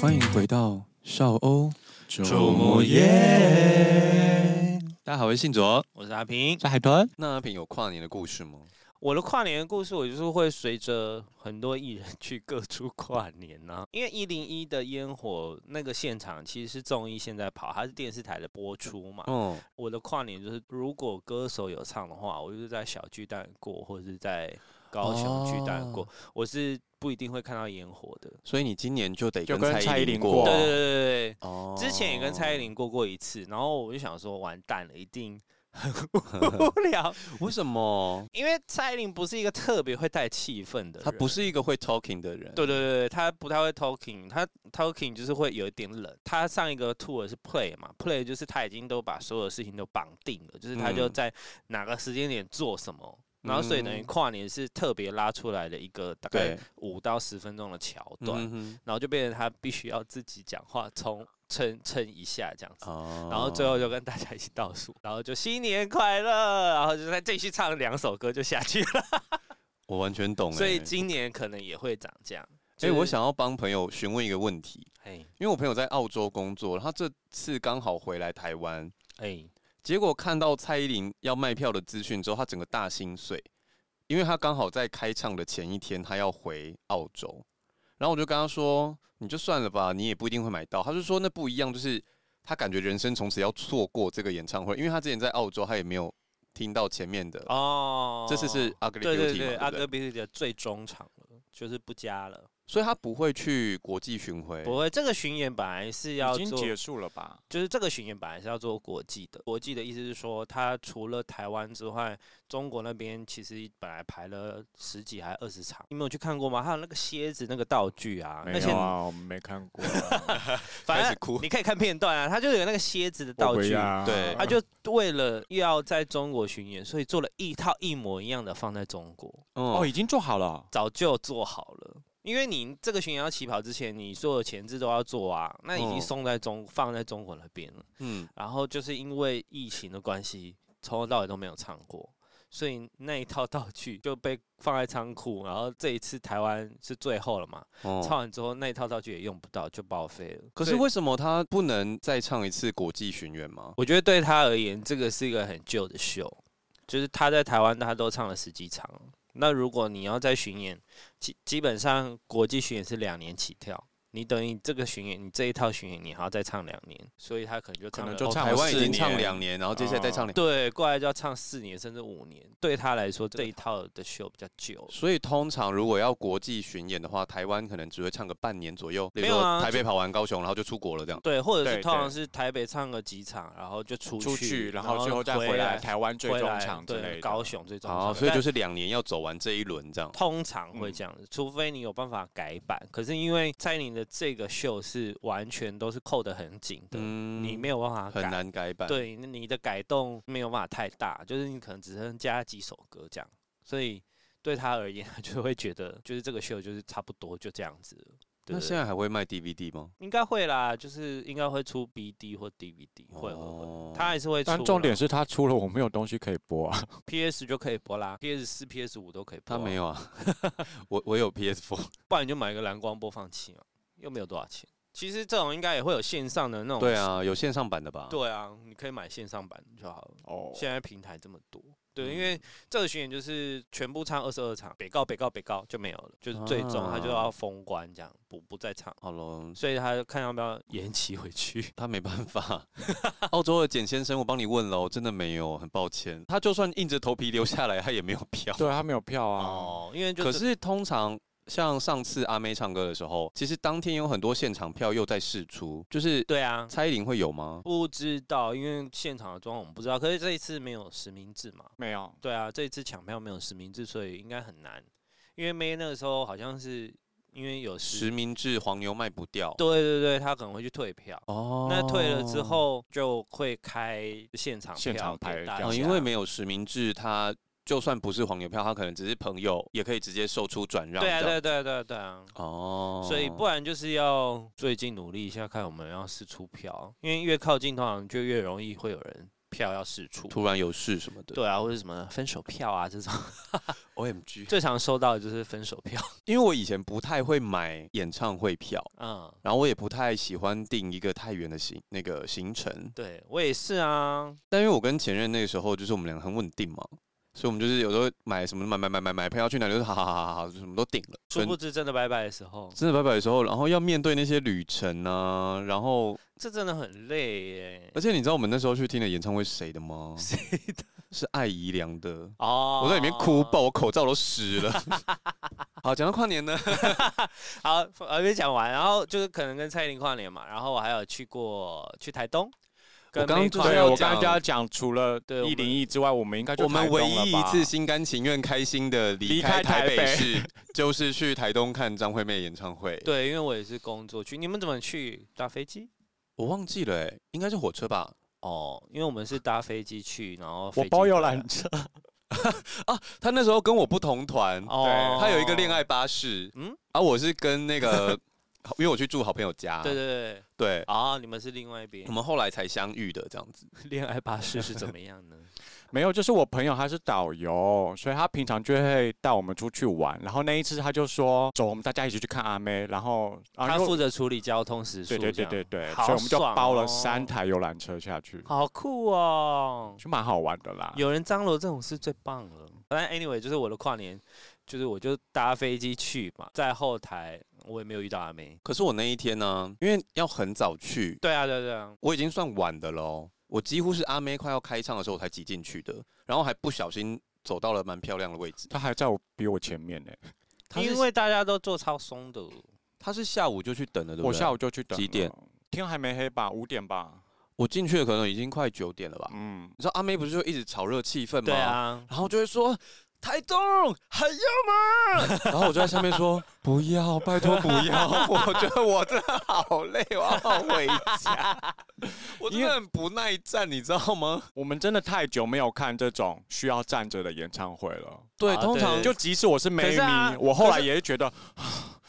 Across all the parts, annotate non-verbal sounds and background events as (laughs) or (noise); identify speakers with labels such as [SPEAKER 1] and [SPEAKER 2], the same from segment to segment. [SPEAKER 1] 欢迎回到少欧
[SPEAKER 2] 周末夜。
[SPEAKER 1] 大家好，我是信卓，
[SPEAKER 2] 我是阿平。
[SPEAKER 1] 是海豚。
[SPEAKER 3] 那阿平有跨年的故事吗？
[SPEAKER 2] 我的跨年的故事，我就是会随着很多艺人 (laughs) 去各处跨年呐、因为一零一的烟火那个现场其实是综艺现在跑，它是电视台的播出嘛。
[SPEAKER 3] 哦，
[SPEAKER 2] 我的跨年就是，如果歌手有唱的话，我就是在小巨蛋过，或者是在高雄巨蛋过。
[SPEAKER 3] 哦
[SPEAKER 2] 我是不一定会看到烟火的。
[SPEAKER 3] 所以你今年就得
[SPEAKER 4] 就
[SPEAKER 3] 跟
[SPEAKER 4] 跟蔡依
[SPEAKER 3] 依林
[SPEAKER 4] 林过
[SPEAKER 2] 对对对对对。
[SPEAKER 3] 哦
[SPEAKER 2] 之前也跟蔡依林过过一次，然后我就想说，完蛋了，一定很无聊，
[SPEAKER 3] 为什么？
[SPEAKER 2] 因为蔡依林不是一个特别会带气氛的人，
[SPEAKER 3] 他不是一个会 talking 的人。
[SPEAKER 2] 对对对对，他不太会 talking，他 talking 就是会有一点冷。他上一个 tour 是 play 嘛，play 就是他已经都把所有事情都绑定了，就是他就
[SPEAKER 3] 嗯
[SPEAKER 2] 在哪个时间点做什么。然后，所以等于
[SPEAKER 3] 嗯
[SPEAKER 2] 跨年是特别拉出来的一个大概
[SPEAKER 3] 对
[SPEAKER 2] 五到十分钟的桥段，
[SPEAKER 3] 嗯哼
[SPEAKER 2] 然后就变成他必须要自己讲话，从撑撑一下这样子，
[SPEAKER 3] 哦
[SPEAKER 2] 然后最后就跟大家一起倒数，然后就新年快乐，然后就再继续唱两首歌就下去了。 (laughs)
[SPEAKER 3] 我完全懂欸。
[SPEAKER 2] 所以今年可能也会长这样。
[SPEAKER 3] 哎，
[SPEAKER 2] 就是
[SPEAKER 3] 我，想要帮朋友询问一个问题，
[SPEAKER 2] 哎
[SPEAKER 3] 因为我朋友在澳洲工作，他这次刚好回来台湾，
[SPEAKER 2] 哎，
[SPEAKER 3] 结果看到蔡依林要卖票的资讯之后，他整个大心碎，因为他刚好在开唱的前一天，他要回澳洲，然后我就跟他说：“你就算了吧，你也不一定会买到。”他就说：“那不一样，就是他感觉人生从此要错过这个演唱会，因为他之前在澳洲，他也没有听到前面的。
[SPEAKER 2] 哦，
[SPEAKER 3] 这次是 Ugly
[SPEAKER 2] 对对
[SPEAKER 3] Beauty
[SPEAKER 2] 对，
[SPEAKER 3] 嘛，
[SPEAKER 2] 阿
[SPEAKER 3] 对
[SPEAKER 2] 哥
[SPEAKER 3] 不对？
[SPEAKER 2] 比利的最终场了，就是不加了，
[SPEAKER 3] 所以他不会去国际巡回。
[SPEAKER 2] 不会。这个巡演本来是要
[SPEAKER 4] 已经
[SPEAKER 2] 做，
[SPEAKER 4] 结束了吧？
[SPEAKER 2] 就是这个巡演本来是要做国际的。国际的意思是说，它除了台湾之外，中国那边其实本来排了十几还二十场，你们有去看过吗？还有那个蝎子那个道具啊，
[SPEAKER 4] 没
[SPEAKER 2] 那些
[SPEAKER 4] 有啊，我没看
[SPEAKER 2] (laughs)
[SPEAKER 4] 过啊。
[SPEAKER 2] 反
[SPEAKER 3] 开始
[SPEAKER 2] 正
[SPEAKER 3] 哭
[SPEAKER 2] 你可以看片段啊，它就有那个蝎子的道
[SPEAKER 4] 我不
[SPEAKER 2] 具。
[SPEAKER 4] 要
[SPEAKER 3] 对
[SPEAKER 2] 他就为了要在中国巡演，所以做了一套一模一样的放在中国。
[SPEAKER 4] 哦，
[SPEAKER 3] 哦，
[SPEAKER 4] 已经做好了。
[SPEAKER 2] 早就做好了。因为你这个巡演要起跑之前，你所有前置都要做啊，那已经
[SPEAKER 3] 嗯
[SPEAKER 2] 送在中、放在中国那边了。
[SPEAKER 3] 嗯，
[SPEAKER 2] 然后就是因为疫情的关系，从头到尾都没有唱过，所以那一套道具就被放在仓库。然后这一次台湾是最后了嘛，唱
[SPEAKER 3] 哦。
[SPEAKER 2] 完之后那一套道具也用不到，就报废了。
[SPEAKER 3] 可是
[SPEAKER 2] 所以
[SPEAKER 3] 为什么他不能再唱一次国际巡演吗？
[SPEAKER 2] 我觉得对他而言，这个是一个很旧的秀，就是他在台湾他都唱了十几场。那如果你要在巡演，基基本上国际巡演是两年起跳，你等于这个巡演，你这一套巡演你还要再唱两年，所以他可能就唱
[SPEAKER 4] 可能
[SPEAKER 2] 了
[SPEAKER 4] 就
[SPEAKER 3] 哦
[SPEAKER 4] 唱
[SPEAKER 3] 台
[SPEAKER 4] 了
[SPEAKER 3] 湾已
[SPEAKER 4] 四
[SPEAKER 3] 经唱
[SPEAKER 4] 年
[SPEAKER 3] 两年，然后接下来再唱两。
[SPEAKER 2] 对过来就要唱四年甚至五年，对他来说
[SPEAKER 4] 啊
[SPEAKER 2] 这一套的秀比较久。
[SPEAKER 3] 所以通常如果要国际巡演的话，台湾可能只会唱个半年左右，比如
[SPEAKER 2] 没有啊
[SPEAKER 3] 说台北跑完高雄，然后就出国了这样。
[SPEAKER 2] 对，或者是
[SPEAKER 4] 对
[SPEAKER 2] 通常
[SPEAKER 4] 对
[SPEAKER 2] 是台北唱个几场，然后就出
[SPEAKER 4] 出去，然后最后再回来，台湾最
[SPEAKER 2] 回
[SPEAKER 4] 终
[SPEAKER 2] 来
[SPEAKER 4] 场之
[SPEAKER 2] 对
[SPEAKER 4] 类的。
[SPEAKER 2] 高雄最终场
[SPEAKER 3] 哦，所以
[SPEAKER 2] 但
[SPEAKER 3] 就是两年要走完这一轮这样。
[SPEAKER 2] 通常会
[SPEAKER 4] 嗯
[SPEAKER 2] 这样子，除非你有办法改版。可是因为蔡依林的这个秀是完全都是扣得很紧的，
[SPEAKER 3] 嗯
[SPEAKER 2] 你没有办法改，
[SPEAKER 3] 很难改版。，
[SPEAKER 2] 对你你的改动没有办法太大，就是你可能只能加几首歌这样，所以对他而言，他 (laughs) 就会觉得就是这个秀就是差不多就这样子了。对
[SPEAKER 3] 那
[SPEAKER 2] 不
[SPEAKER 3] 现
[SPEAKER 2] 对？
[SPEAKER 3] 在还会卖 DVD 吗？
[SPEAKER 2] 应该会啦，就是应该会出 BD 或 DVD，会会会，
[SPEAKER 3] 哦
[SPEAKER 2] 他还是会出啦。
[SPEAKER 4] 但重点是他出了，我没有东西可以
[SPEAKER 2] (laughs)
[SPEAKER 4] 播啊。
[SPEAKER 2] PS 就可以播啦，PS 四、PS 五都可以播。
[SPEAKER 3] 他没，有啊， (laughs) 我我有
[SPEAKER 2] (laughs)
[SPEAKER 3] PS4，
[SPEAKER 2] 不然你就买一个蓝光播放器嘛，又没有多少钱。其实这种应该也会有线上的那种，
[SPEAKER 3] 对，啊，有线上版的吧？，
[SPEAKER 2] 哦对啊，你可以买线上版就好了。
[SPEAKER 4] 哦，
[SPEAKER 2] 现在平台这么多，
[SPEAKER 3] 嗯
[SPEAKER 2] 对，因为这个巡演就是全部唱二十二场，北告北告北告就没有了，就是最终他就
[SPEAKER 3] 啊
[SPEAKER 2] 要封关这样，不不再唱，
[SPEAKER 3] 好咯，
[SPEAKER 2] 所以他就看要不要延期回
[SPEAKER 3] (laughs)
[SPEAKER 2] 去。
[SPEAKER 3] 他没办法。澳洲的简先生，我帮你问了，真的没有，很抱歉。他就算硬着头皮留下来，他也没有票。
[SPEAKER 4] (laughs) 对他没有票啊。
[SPEAKER 2] 哦，因为就
[SPEAKER 3] 可是通常像上次阿妹唱歌的时候，其实当天有很多现场票又在试出，就是
[SPEAKER 2] 对啊，
[SPEAKER 3] 蔡依林会有吗？
[SPEAKER 2] 不知道，因为现场的状况我们不知道，可是这一次没有实名制嘛，
[SPEAKER 4] 没有，
[SPEAKER 2] 对啊，这一次抢票没有实名制，所以应该很难。因为 May 那个时候好像是因为有
[SPEAKER 3] 实
[SPEAKER 2] 实，
[SPEAKER 3] 名制黄牛卖不掉
[SPEAKER 2] 对对对，他可能会去退票。
[SPEAKER 3] 哦
[SPEAKER 2] 那退了之，后就会开现场
[SPEAKER 4] 现
[SPEAKER 2] 票
[SPEAKER 4] 场
[SPEAKER 2] 给
[SPEAKER 4] 排
[SPEAKER 2] 大
[SPEAKER 4] 这样
[SPEAKER 3] 哦
[SPEAKER 2] 家
[SPEAKER 3] 因为没有实名制，他就算不是黄牛票，他可能只是朋友，也可以直接售出转让。
[SPEAKER 2] 对啊
[SPEAKER 3] 这样
[SPEAKER 2] 对啊对啊对啊对啊，
[SPEAKER 3] 哦，
[SPEAKER 2] 所以不然就是要最近努力一下，看我们要试出票，因为越靠近通常就越容易会有人票要试出，
[SPEAKER 3] 突然有事什么的。
[SPEAKER 2] 对啊，或者什么分手票啊这种， (laughs)
[SPEAKER 3] o M G，
[SPEAKER 2] 最常收到的就是分手票。
[SPEAKER 3] 因为我以前不太会买演唱会票，
[SPEAKER 2] 嗯，
[SPEAKER 3] 然后我也不太喜欢订一个太远的行那个行程，
[SPEAKER 2] 对我也是啊，
[SPEAKER 3] 但因为我跟前任那个时候就是我们两个很稳定嘛，所以我们就是有时候买什么买买买买买票去哪里，就是好好好好好，就什么都定了。
[SPEAKER 2] 殊
[SPEAKER 3] 真
[SPEAKER 2] 不知真的拜拜的时候，
[SPEAKER 3] 真的拜拜的时候，然后要面对那些旅程啊，然后
[SPEAKER 2] 这真的很累耶
[SPEAKER 3] 而。且你知道我们那时候去听的演唱会是谁的吗？
[SPEAKER 2] 谁的？
[SPEAKER 3] 是艾怡良的。
[SPEAKER 2] 哦
[SPEAKER 3] 我在里面哭爆，。我口罩都湿
[SPEAKER 4] (laughs)
[SPEAKER 3] 了。好，讲到跨年呢，
[SPEAKER 2] 好，我还没讲完，然后就是可能跟蔡依林跨年嘛，然后我还有去过去台东，跟
[SPEAKER 3] 刚刚
[SPEAKER 2] 妹
[SPEAKER 3] 就
[SPEAKER 2] 跨
[SPEAKER 3] 是
[SPEAKER 4] 对，啊
[SPEAKER 3] 要
[SPEAKER 4] 我
[SPEAKER 2] 年
[SPEAKER 4] 刚
[SPEAKER 3] 讲
[SPEAKER 4] 刚就要讲，除了
[SPEAKER 2] 对我们
[SPEAKER 4] 一零一之外，我们应该就
[SPEAKER 3] 我们
[SPEAKER 4] 台东
[SPEAKER 3] 唯
[SPEAKER 4] 了
[SPEAKER 3] 一一
[SPEAKER 4] 吧
[SPEAKER 3] 次心甘情愿、开心的离
[SPEAKER 4] 离
[SPEAKER 3] 开
[SPEAKER 4] 开
[SPEAKER 3] 台
[SPEAKER 4] 台
[SPEAKER 3] 北
[SPEAKER 4] 北
[SPEAKER 3] 市，就是去台东看张惠妹演唱
[SPEAKER 4] (laughs)
[SPEAKER 3] 会。，
[SPEAKER 2] 对，因为我也是工作去，你们怎么去搭飞机？
[SPEAKER 3] 我忘记了、欸，应该是火车吧？
[SPEAKER 2] 哦，因为我们是搭飞机去，然后
[SPEAKER 4] 我
[SPEAKER 2] 飞机
[SPEAKER 4] 包游
[SPEAKER 2] 回来
[SPEAKER 4] 览车，
[SPEAKER 3] 他那时候跟我不同团，
[SPEAKER 2] 哦，
[SPEAKER 3] 他有一个恋，爱巴士，嗯
[SPEAKER 2] 嗯，
[SPEAKER 3] 啊，我是跟那 (laughs) 个，因为我去住好朋友家，
[SPEAKER 2] 对对对，
[SPEAKER 3] 对，
[SPEAKER 2] 啊，你们是另外一边
[SPEAKER 3] 我，们后来才相遇的这样子。
[SPEAKER 2] (laughs) 恋爱巴士是怎么样呢？
[SPEAKER 4] 没有，就是我朋友他是导游，所以他平常就会带我们出去玩。然后那一次他就说：“走，我们大家一起去看阿妹。”然后，然
[SPEAKER 2] 他
[SPEAKER 4] 后
[SPEAKER 2] 负责处理交通时速
[SPEAKER 4] 对
[SPEAKER 2] 这样，
[SPEAKER 4] 对对对对，
[SPEAKER 2] 好
[SPEAKER 4] 所以我们就
[SPEAKER 2] 爽
[SPEAKER 4] 包
[SPEAKER 2] 哦
[SPEAKER 4] 了三，台游览车下去，
[SPEAKER 2] 好酷哦！
[SPEAKER 4] 就蛮好玩的啦。
[SPEAKER 2] 有人张罗这种事最棒了。但 anyway，就是我的跨年，就是我就搭飞机去嘛，在后台我也没有遇到阿妹。
[SPEAKER 3] 可是我那一天呢，因为要很早去，
[SPEAKER 2] 对啊，对啊对啊，
[SPEAKER 3] 我已经算晚的喽。我几乎是阿妹快要开唱的时候我才挤进去的，然后还不小心走到了蛮漂亮的位置。
[SPEAKER 4] 他还在我比我前面呢，
[SPEAKER 3] 他是
[SPEAKER 2] 因为大家都坐超松的，
[SPEAKER 3] 他是下午就去等了，对不对？
[SPEAKER 4] 我下
[SPEAKER 3] 午
[SPEAKER 4] 午就去等。
[SPEAKER 3] 几点？
[SPEAKER 4] 天还没黑吧？五点吧？
[SPEAKER 3] 我进去的可能已经快九点了吧。
[SPEAKER 4] 嗯，
[SPEAKER 3] 你知道阿妹不是就一直炒热气氛吗？
[SPEAKER 2] 对。啊，
[SPEAKER 3] 然后就会说台东还要吗？ (laughs) 然后我就在下面说不要，拜托不要，我觉得我真的好累，我要回家。 (laughs) 我真
[SPEAKER 4] 因
[SPEAKER 3] 的
[SPEAKER 4] 为
[SPEAKER 3] 很不耐战，你知道吗？
[SPEAKER 4] (laughs) 我们真的太久没有看这种需要站着的演唱会了。
[SPEAKER 3] 对，
[SPEAKER 2] 啊
[SPEAKER 3] 通常
[SPEAKER 2] 对
[SPEAKER 3] 就
[SPEAKER 4] 就即使我是
[SPEAKER 2] 可
[SPEAKER 4] 美
[SPEAKER 2] 是
[SPEAKER 4] 迷、
[SPEAKER 2] 啊
[SPEAKER 4] 我后来也是觉得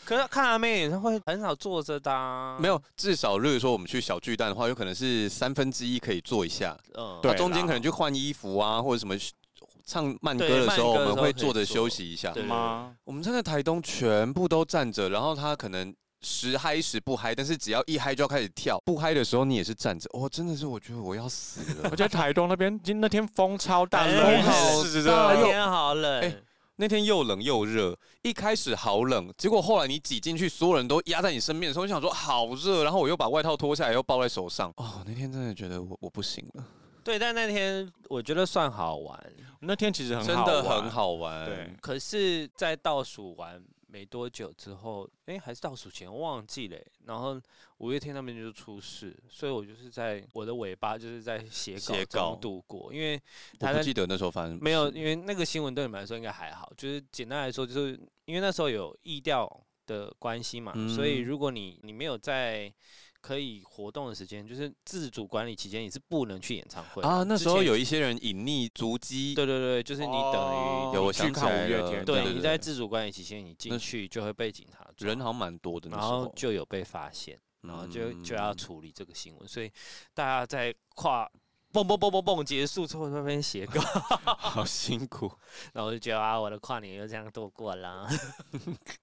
[SPEAKER 2] 可是看阿妹演唱会很少坐着的、啊，
[SPEAKER 3] 没有，至少例如说我们去小巨蛋的话，有可能是三分之一可以坐一下，
[SPEAKER 2] 嗯，
[SPEAKER 4] 对
[SPEAKER 3] 那中间
[SPEAKER 4] 啦
[SPEAKER 3] 可能去换衣服啊，或者什么唱慢
[SPEAKER 2] 对
[SPEAKER 3] 歌的
[SPEAKER 2] 慢
[SPEAKER 3] 时候，我
[SPEAKER 2] 歌的
[SPEAKER 3] 们
[SPEAKER 2] 时候
[SPEAKER 3] 会
[SPEAKER 2] 可以
[SPEAKER 3] 坐着
[SPEAKER 2] 坐
[SPEAKER 3] 休息一下。
[SPEAKER 2] 对
[SPEAKER 4] 吗？
[SPEAKER 3] 我们站在台东全部都站着，然后他可能时嗨时不嗨，但是只要一嗨就要开始跳，不嗨的时候你也是站着，哦，真的是我觉得我要死了 (laughs)
[SPEAKER 4] 我。觉得台东那边今那天风超大，
[SPEAKER 2] 哎
[SPEAKER 4] 风
[SPEAKER 3] 好
[SPEAKER 4] 死
[SPEAKER 2] 大
[SPEAKER 4] 热。
[SPEAKER 2] 天好冷，
[SPEAKER 3] 哎那天又冷又热，一开始好冷，结果后来你挤进去，所有人都压在你身边的时候，我想说好热，然后我又把外套脱下来，又抱在手上。哦，那天真的觉得我我不行了，
[SPEAKER 2] 对，但那天我觉得算好玩，
[SPEAKER 4] 那天其实很
[SPEAKER 3] 真
[SPEAKER 4] 好
[SPEAKER 3] 的
[SPEAKER 4] 玩
[SPEAKER 3] 很。好哎玩。
[SPEAKER 4] 对，
[SPEAKER 2] 可是，在倒数完没多久之后，哎、还是倒数前忘记了欸、然后五月天那边就出事，所以我就是在我的尾巴就是在写
[SPEAKER 3] 写
[SPEAKER 2] 稿
[SPEAKER 3] 稿
[SPEAKER 2] 中度过，因为
[SPEAKER 3] 我
[SPEAKER 2] 他
[SPEAKER 3] 不
[SPEAKER 2] 在
[SPEAKER 3] 记得那时候发生什么
[SPEAKER 2] 没有，
[SPEAKER 3] 事
[SPEAKER 2] 因为那个新闻对你们来说应该还好，就是简单来说，就是因为那时候有意调的关系嘛，所以
[SPEAKER 3] 嗯
[SPEAKER 2] 如果你你没有在可以活动的时间，就是自主管理期间，你是不能去演唱会的
[SPEAKER 3] 啊，那
[SPEAKER 2] 之
[SPEAKER 3] 时候
[SPEAKER 2] 前
[SPEAKER 3] 有一些人隐匿足迹，
[SPEAKER 2] 对对对，就是你等于
[SPEAKER 4] 哦
[SPEAKER 3] 有我
[SPEAKER 4] 去
[SPEAKER 3] 想起
[SPEAKER 4] 看
[SPEAKER 3] 来
[SPEAKER 4] 五月
[SPEAKER 3] 了
[SPEAKER 4] 天
[SPEAKER 2] 对，
[SPEAKER 4] 对
[SPEAKER 2] 你在自主管理期间，你
[SPEAKER 3] 那
[SPEAKER 2] 进去就会被警察抓
[SPEAKER 3] 人好像蛮多的那
[SPEAKER 2] 然
[SPEAKER 3] 时
[SPEAKER 2] 后
[SPEAKER 3] 候，
[SPEAKER 2] 就有被发现，然后就就要
[SPEAKER 3] 嗯
[SPEAKER 2] 处理这个新闻，所以大家在跨蹦蹦蹦蹦蹦结束之后，那边写稿，
[SPEAKER 3] (laughs) 好辛苦。
[SPEAKER 2] 然后就觉得啊，我的跨年又这样度过
[SPEAKER 3] (laughs)
[SPEAKER 2] 了。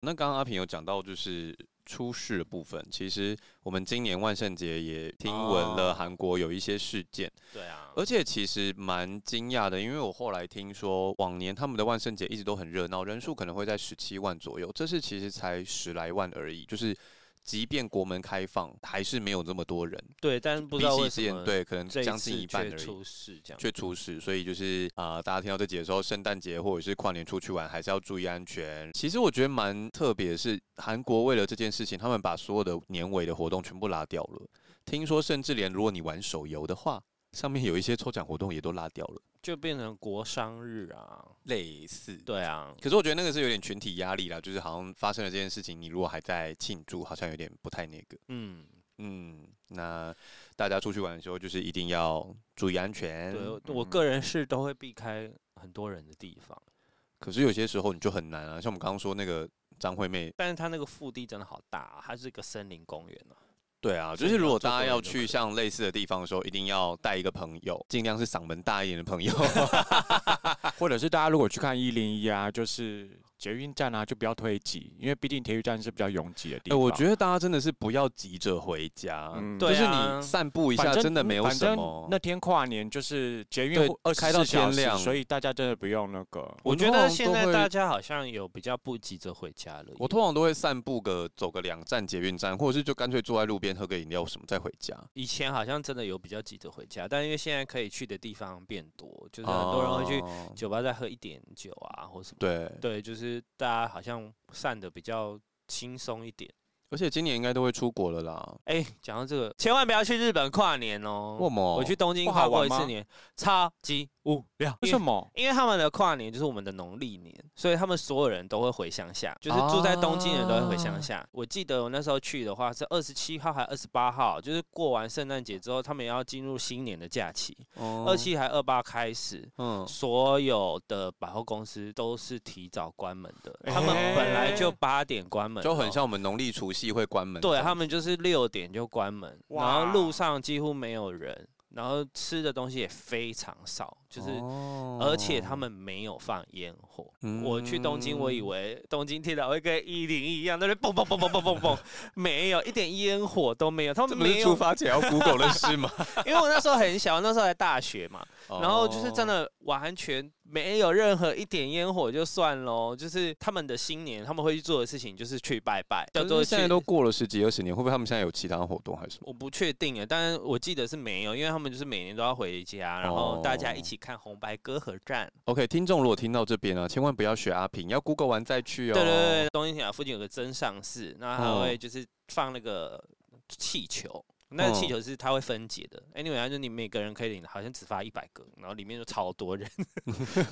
[SPEAKER 3] 那刚刚阿平有讲到就是出事的部分，其实我们今年万圣节也听闻了
[SPEAKER 2] 哦
[SPEAKER 3] 韩国有一些事件，
[SPEAKER 2] 对啊，
[SPEAKER 3] 而且其实蛮惊讶的，因为我后来听说往年他们的万圣节一直都很热闹，人数可能会在十七万左右，这次其实才十来万而已，就是。即便国门开放，还是没有这么多人。
[SPEAKER 2] 对，但是不
[SPEAKER 3] 比
[SPEAKER 2] 知道
[SPEAKER 3] 起
[SPEAKER 2] 为
[SPEAKER 3] 之
[SPEAKER 2] 什
[SPEAKER 3] 前，
[SPEAKER 2] 么
[SPEAKER 3] 对，可能
[SPEAKER 2] 这
[SPEAKER 3] 将
[SPEAKER 2] 次
[SPEAKER 3] 近一半
[SPEAKER 2] 却
[SPEAKER 3] 而已。
[SPEAKER 2] 出事这样。
[SPEAKER 3] 却出事，所以就是啊、呃大家听到这集的时候，圣诞节或者是跨年出去玩，还是要注意安全。其实我觉得蛮特别的是，韩国为了这件事情，他们把所有的年尾的活动全部拉掉了。听说甚至连如果你玩手游的话，上面有一些抽奖活动也都拉掉了，
[SPEAKER 2] 就变成国商日啊，
[SPEAKER 3] 类似。
[SPEAKER 2] 对啊，
[SPEAKER 3] 可是我觉得那个是有点群体压力啦，就是好像发生了这件事情，你如果还在庆祝，好像有点不太那个。
[SPEAKER 2] 嗯，
[SPEAKER 3] 嗯，那大家出去玩的时候，就是一定要注意安全。
[SPEAKER 2] 对我我个人是都会避开很多人的地方，
[SPEAKER 3] 可是有些时候你就很难啊，像我们刚刚说那个张惠妹，
[SPEAKER 2] 但是它那个腹地真的好大、啊，它是一个森林公园啊。
[SPEAKER 3] 对啊，就
[SPEAKER 2] 所以
[SPEAKER 3] 是
[SPEAKER 2] 你
[SPEAKER 3] 如
[SPEAKER 2] 要
[SPEAKER 3] 果
[SPEAKER 2] 做
[SPEAKER 3] 大家
[SPEAKER 2] 多
[SPEAKER 3] 要
[SPEAKER 2] 元都可
[SPEAKER 3] 去
[SPEAKER 2] 以
[SPEAKER 3] 像类似的地方的时候，一定要带一个朋友，尽量是嗓门大一点的朋 (laughs) 友。
[SPEAKER 4] 或者是大家如果去看一零一啊，就是捷运站啊，就不要推挤，因为毕竟体育站是比较拥挤的地
[SPEAKER 3] 哎，
[SPEAKER 4] 方。
[SPEAKER 3] 我觉得大家真的是不要急着回家，
[SPEAKER 4] 嗯
[SPEAKER 3] 就
[SPEAKER 2] 对
[SPEAKER 3] 是
[SPEAKER 2] 啊
[SPEAKER 3] 你散步一
[SPEAKER 4] 反
[SPEAKER 3] 下
[SPEAKER 4] 正
[SPEAKER 3] 真的没有
[SPEAKER 4] 反
[SPEAKER 3] 什
[SPEAKER 4] 正
[SPEAKER 3] 么。
[SPEAKER 4] 那天跨年就是捷运
[SPEAKER 3] 对
[SPEAKER 4] 二
[SPEAKER 3] 开到天亮
[SPEAKER 4] 所以大家真的不用那个。
[SPEAKER 2] 我觉
[SPEAKER 3] 通
[SPEAKER 2] 得
[SPEAKER 3] 常
[SPEAKER 2] 现
[SPEAKER 3] 都
[SPEAKER 2] 在
[SPEAKER 3] 会
[SPEAKER 2] 大家好像有比较不急着回家了。
[SPEAKER 3] 我通常都会散步个走个两站捷运站，或者是就干脆坐在路边喝个饮料什么再回家。
[SPEAKER 2] 以前好像真的有比较急着回家，但因为现在可以去的地方变多，就是很多人会去
[SPEAKER 3] 哦
[SPEAKER 2] 酒吧再喝一点酒啊，或什么。
[SPEAKER 3] 对，
[SPEAKER 2] 对，就是大家好像散的比较轻松一点。
[SPEAKER 3] 而且今年应该都会出国了啦。
[SPEAKER 2] 哎、讲到这个，千万不要去日本跨年哦。
[SPEAKER 3] 为什么
[SPEAKER 2] 我去东京
[SPEAKER 4] 不
[SPEAKER 2] 跨
[SPEAKER 4] 好
[SPEAKER 2] 过
[SPEAKER 4] 玩
[SPEAKER 2] 一次
[SPEAKER 4] 吗
[SPEAKER 2] 年，超级无
[SPEAKER 3] 哎
[SPEAKER 2] 聊。
[SPEAKER 4] 哦为什么？
[SPEAKER 2] 因为他们的跨年就是我们的农历年，所以他们所有人都会回乡下，就是住在东京的人都会回
[SPEAKER 3] 哦
[SPEAKER 2] 乡下。我记得我那时候去的话是二十七号还二十八号，就是过完圣诞节之后，他们也要进入新年的假期，
[SPEAKER 3] 二
[SPEAKER 2] 二，七还二八开始。
[SPEAKER 3] 哦嗯，
[SPEAKER 2] 所有的百货公司都是提早关门的，
[SPEAKER 4] 哎
[SPEAKER 2] 他们本来就八点关门，哦
[SPEAKER 3] 就很。像我们农历除夕会关门这样
[SPEAKER 2] 对
[SPEAKER 3] 子。
[SPEAKER 2] 他们就是六点就关门，然
[SPEAKER 4] 哇
[SPEAKER 2] 后路上几乎没有人，然后吃的东西也非常少，就是
[SPEAKER 3] 哦
[SPEAKER 2] 而且他们没有放烟火。我去东京，我以
[SPEAKER 3] 嗯
[SPEAKER 2] 为东京铁塔会跟一零一样，那边蹦蹦蹦蹦蹦蹦蹦，没有一点烟火都没有。他
[SPEAKER 3] 这
[SPEAKER 2] 们
[SPEAKER 3] 不
[SPEAKER 2] 没
[SPEAKER 3] 是出
[SPEAKER 2] 有，
[SPEAKER 3] 发前要 Google 的事吗？
[SPEAKER 2] 因为我那时候很小，那时候还大学嘛，
[SPEAKER 3] (laughs)
[SPEAKER 2] 然后就是真
[SPEAKER 3] 哦，
[SPEAKER 2] 的完全没有任何一点烟火就算喽。就是他们的新年，他们会去做的事情就是去拜拜，叫
[SPEAKER 3] 可
[SPEAKER 2] 做
[SPEAKER 3] 是现在
[SPEAKER 2] 去
[SPEAKER 3] 都过了十几二十年，会不会他们现在有其他活动还是什么？
[SPEAKER 2] 我不确定哎，但是我记得是没有，因为他们就是每年都要回家，然后大家一
[SPEAKER 3] 哦
[SPEAKER 2] 起看红白歌合战。
[SPEAKER 3] OK，听众如果听到这边呢、啊，千万不要学阿平，要 Google 完再去哦。
[SPEAKER 2] 对对对，东京铁塔附近有个真上寺，那它
[SPEAKER 3] 哦
[SPEAKER 2] 会
[SPEAKER 4] 嗯
[SPEAKER 2] 就是放那个气球，那个气
[SPEAKER 3] 哦
[SPEAKER 4] 嗯
[SPEAKER 2] 球是它会分解的。anyway，它就是你每个人可以领，好像只发一百个，然后里面就超多
[SPEAKER 4] (laughs)
[SPEAKER 2] 人，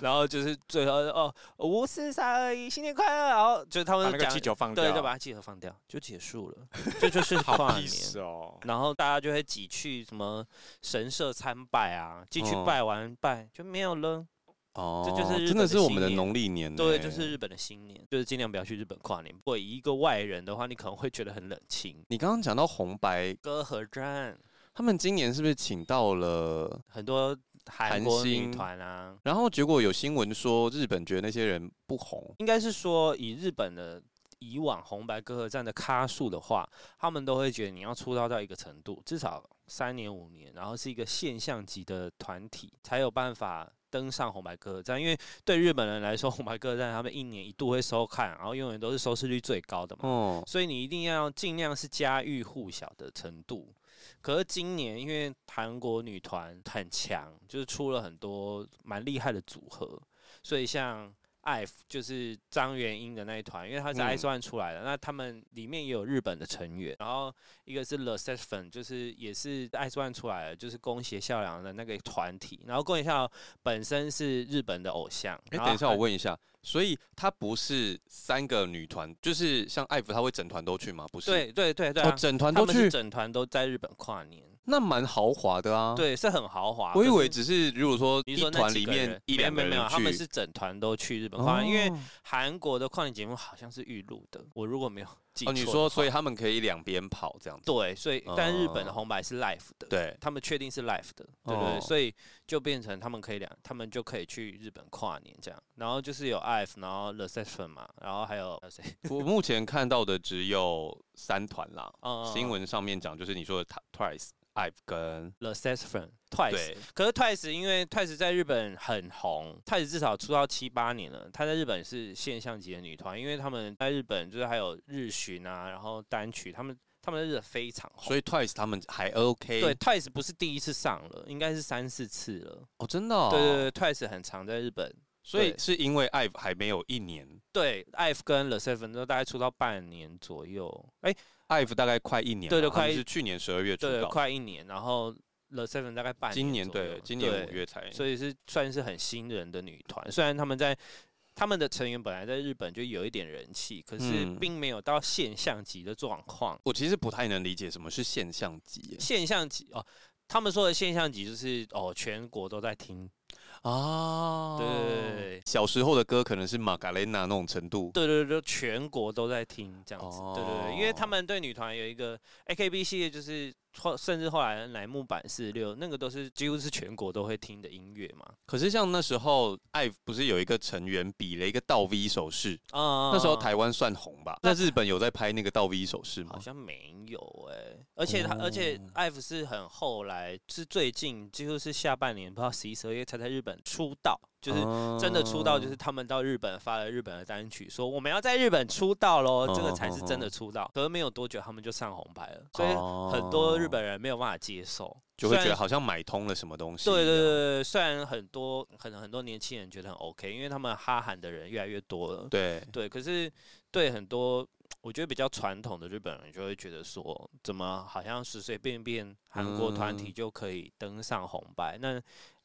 [SPEAKER 2] 然后就是最后就哦五四三二一，新年快乐，然后就是他
[SPEAKER 4] 把
[SPEAKER 2] 们
[SPEAKER 4] 那
[SPEAKER 2] 就
[SPEAKER 4] 个
[SPEAKER 2] 讲
[SPEAKER 4] 气球放掉，
[SPEAKER 2] 对，就把它集合放掉，就结束了，这就是
[SPEAKER 4] (laughs)
[SPEAKER 2] 跨年。
[SPEAKER 4] Peace 哦。
[SPEAKER 2] 然后大家就会挤去什么神社参拜啊，进去
[SPEAKER 4] 嗯
[SPEAKER 3] 哦
[SPEAKER 2] 拜完拜就没有了。
[SPEAKER 3] 哦，
[SPEAKER 2] 这就是日
[SPEAKER 3] 真
[SPEAKER 2] 本的
[SPEAKER 3] 的是我们的
[SPEAKER 2] 新年
[SPEAKER 3] 农历年呢、
[SPEAKER 2] 对，就是日本的新年，就是尽量不要去日本跨年。如果以一个外人的话，你可能会觉得很冷清。
[SPEAKER 3] 你刚刚讲到红白，
[SPEAKER 2] 歌合战
[SPEAKER 3] 他们今年是不是请到了？
[SPEAKER 2] 很多韩
[SPEAKER 3] 韩
[SPEAKER 2] 国女
[SPEAKER 3] 星
[SPEAKER 2] 团啊，
[SPEAKER 3] 然后结果有新闻说日本觉得那些人不红，
[SPEAKER 2] 应该是说以日本的以往红白歌合战的咖数的话，他们都会觉得你要出道到一个程度，至少三年五年，然后是一个现象级的团体，才有办法。登上红白歌合战，因为对日本人来说，红白歌合战他们一年一度会收看，然后永远都是收视率最高的嘛。
[SPEAKER 3] 哦，
[SPEAKER 2] 所以你一定要尽量是家喻户晓的程度。可是今年因为韩国女团很强，就是出了很多蛮厉害的组合，所以像 IVE 就是张元英的那一团，因为她是
[SPEAKER 3] 嗯
[SPEAKER 2] i z o n 出来的，那他们里面也有日本的成员，然后一个是 The s e v e n 就是也是 i z o n 出来的，就是宫胁孝良的那个团体，然后宫胁孝良本身是日本的偶像，
[SPEAKER 3] 哎、
[SPEAKER 2] 然后
[SPEAKER 3] 等一下，我
[SPEAKER 2] 她
[SPEAKER 3] 问一下，所以他不是三个女团，就是像艾芙，他会整团都去吗？不是，
[SPEAKER 2] 对对对对、
[SPEAKER 3] 哦，
[SPEAKER 2] 啊，
[SPEAKER 3] 整团
[SPEAKER 2] 他
[SPEAKER 3] 都
[SPEAKER 2] 们是
[SPEAKER 3] 去，
[SPEAKER 2] 整团都在日本跨年。
[SPEAKER 3] 那蛮豪华的啊。，
[SPEAKER 2] 对，是很豪华。
[SPEAKER 3] 我以
[SPEAKER 2] 可
[SPEAKER 3] 为
[SPEAKER 2] 是
[SPEAKER 3] 只是如果说
[SPEAKER 2] 你
[SPEAKER 3] 一
[SPEAKER 2] 是说那
[SPEAKER 3] 团
[SPEAKER 2] 几
[SPEAKER 3] 里
[SPEAKER 2] 个
[SPEAKER 3] 面
[SPEAKER 2] 人
[SPEAKER 3] 一
[SPEAKER 2] 没有
[SPEAKER 3] 两
[SPEAKER 2] 没
[SPEAKER 3] 个
[SPEAKER 2] 有没
[SPEAKER 3] 人
[SPEAKER 2] 有，
[SPEAKER 3] 去，
[SPEAKER 2] 他们是整团都去日本跨年，因为
[SPEAKER 3] 哦
[SPEAKER 2] 韩国的跨年节目好像是预录的，我如果没有记错
[SPEAKER 3] 哦，
[SPEAKER 2] 的话。
[SPEAKER 3] 你说，所以他们可以两边跑这样子。
[SPEAKER 2] 对，所以但日本的
[SPEAKER 3] 哦
[SPEAKER 2] 红白是 live 的，
[SPEAKER 3] 对，
[SPEAKER 2] (laughs) 他们确定是 live 的，对不
[SPEAKER 3] 哦
[SPEAKER 2] 对？所以就变成他们可以两，他们就可以去日本跨年这样。然后就是有 IVE，然后 The Seven 嘛，然后还有还有谁？
[SPEAKER 3] 我目前看到的只有三团啦，
[SPEAKER 2] (laughs) 嗯
[SPEAKER 3] 新闻上面讲就是你说的 Twice、IVE 跟
[SPEAKER 2] The Seven Twice
[SPEAKER 3] 对，
[SPEAKER 2] 可是 Twice 因为 Twice 在日本很红，Twice 至少出道七八年了，她在日本是现象级的女团，因为他们在日本就是还有日巡啊，然后单曲，他们他们在日本非常红。
[SPEAKER 3] 所以 Twice 他们还 OK。
[SPEAKER 2] 对，Twice 不是第一次上了，应该是三四次了。
[SPEAKER 3] 哦，真的、哦，
[SPEAKER 2] 对对对，Twice 很常在日本。
[SPEAKER 3] 所以
[SPEAKER 2] 对
[SPEAKER 3] 是因为 IVE 还没有一年
[SPEAKER 2] 对，IVE 跟 The Seven 都大概出道半年左右，哎、
[SPEAKER 3] ，IVE 大概快一年嘛，
[SPEAKER 2] 对对
[SPEAKER 3] 他们
[SPEAKER 2] 快一
[SPEAKER 3] 是去年十二月出
[SPEAKER 2] 对，
[SPEAKER 3] 道，
[SPEAKER 2] 快一年，然后 The Seven 大概半
[SPEAKER 3] 今年
[SPEAKER 2] 年左右
[SPEAKER 3] 对，今年
[SPEAKER 2] 对
[SPEAKER 3] 五月才，
[SPEAKER 2] 所以是算是很新人的女团。虽然他们在他们的成员本来在日本就有一点人气，可是
[SPEAKER 3] 嗯
[SPEAKER 2] 并没有到现象级的状况。
[SPEAKER 3] 我其实不太能理解什么是现象级耶
[SPEAKER 2] 现象级哦，他们说的现象级就是哦，全国都在听，
[SPEAKER 3] 啊，
[SPEAKER 2] 对对对对
[SPEAKER 3] 小时候的歌可能是玛格丽娜那种程度，
[SPEAKER 2] 对对对，全国都在听这样子，对对
[SPEAKER 3] 哦
[SPEAKER 2] 对，因为他们对女团有一个 AKB 系列，就是后甚至后来乃木坂四六那个都是几乎是全国都会听的音乐嘛。
[SPEAKER 3] 可是像那时候，艾不是有一个成员比了一个倒 V 手势，
[SPEAKER 2] 啊、
[SPEAKER 3] 那时候台湾算红吧？那日本有在拍那个倒 V 手势吗
[SPEAKER 2] 好？像没有哎、而且他、而且
[SPEAKER 3] 哦
[SPEAKER 2] F 是很后来，是最近几乎是下半年，不知道十一十二月才在日本出道，就是
[SPEAKER 3] 哦
[SPEAKER 2] 真的出道，就是他们到日本发了日本的单曲，说我们要在日本出道喽，这个才是
[SPEAKER 3] 哦
[SPEAKER 2] 真的出道。可是没有多久，他们就上红白了，所以
[SPEAKER 3] 以
[SPEAKER 2] 很多日本人没有办法接受，
[SPEAKER 3] 哦就会觉
[SPEAKER 2] 虽
[SPEAKER 3] 得
[SPEAKER 2] 然
[SPEAKER 3] 好像买通了什么东西一样。
[SPEAKER 2] 对对对对，虽然很多可能很多年轻人觉得很 OK，因为他们哈韩的人越来越多了，
[SPEAKER 3] 对
[SPEAKER 2] 对，可是对很多我觉得比较传统的日本人就会觉得说，怎么好像随随便便韩国团体
[SPEAKER 3] 嗯
[SPEAKER 2] 就可以登上红白？那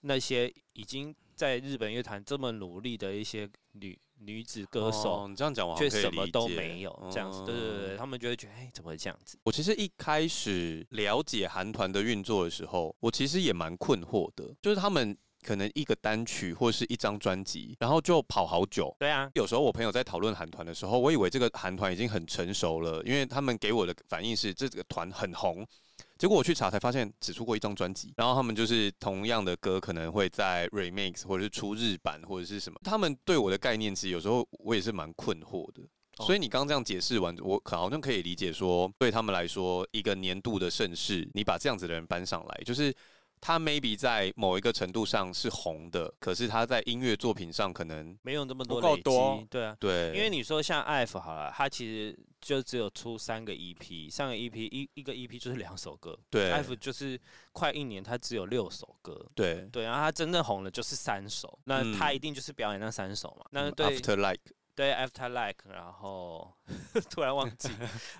[SPEAKER 2] 那些已经在日本乐坛这么努力的一些女女子歌手，
[SPEAKER 3] 哦你这样讲我好
[SPEAKER 2] 却
[SPEAKER 3] 像可以
[SPEAKER 2] 什么都
[SPEAKER 3] 理解
[SPEAKER 2] 没有，这样子，对对对对，
[SPEAKER 3] 嗯
[SPEAKER 2] 他们就会觉得，哎，怎么会这样子？
[SPEAKER 3] 我其实一开始了解韩团的运作的时候，我其实也蛮困惑的，就是他们可能一个单曲或是一张专辑，然后就跑好久。
[SPEAKER 2] 对啊，
[SPEAKER 3] 有时候我朋友在讨论韩团的时候，我以为这个韩团已经很成熟了，因为他们给我的反应是这个团很红。结果我去查才发现只出过一张专辑，然后他们就是同样的歌可能会在 remix 或者是出日版或者是什么，他们对我的概念其实有时候我也是蛮困惑的。
[SPEAKER 2] 哦
[SPEAKER 3] 所以你刚刚这样解释完，我可好像可以理解说，对他们来说，一个年度的盛世，你把这样子的人搬上来，就是他 maybe 在某一个程度上是红的，可是他在音乐作品上可能
[SPEAKER 2] 没有这么
[SPEAKER 4] 不
[SPEAKER 2] 多
[SPEAKER 4] 够
[SPEAKER 2] 累积
[SPEAKER 4] 多，
[SPEAKER 2] 对啊。
[SPEAKER 3] 对，
[SPEAKER 2] 因为你说像 F 好了，他其实就只有出三个 EP，上个 EP 一一个 EP 就是两首歌，
[SPEAKER 3] 对
[SPEAKER 2] F 就是快一年，他只有六首歌，
[SPEAKER 3] 对，
[SPEAKER 2] 对，然后他真正红了就是三首，
[SPEAKER 3] 嗯
[SPEAKER 2] 那他一定就是表演那三首嘛。那
[SPEAKER 3] 嗯
[SPEAKER 2] 对
[SPEAKER 3] After Like，
[SPEAKER 2] 对 After Like，然后 (laughs) 突然忘
[SPEAKER 3] (laughs)
[SPEAKER 2] 记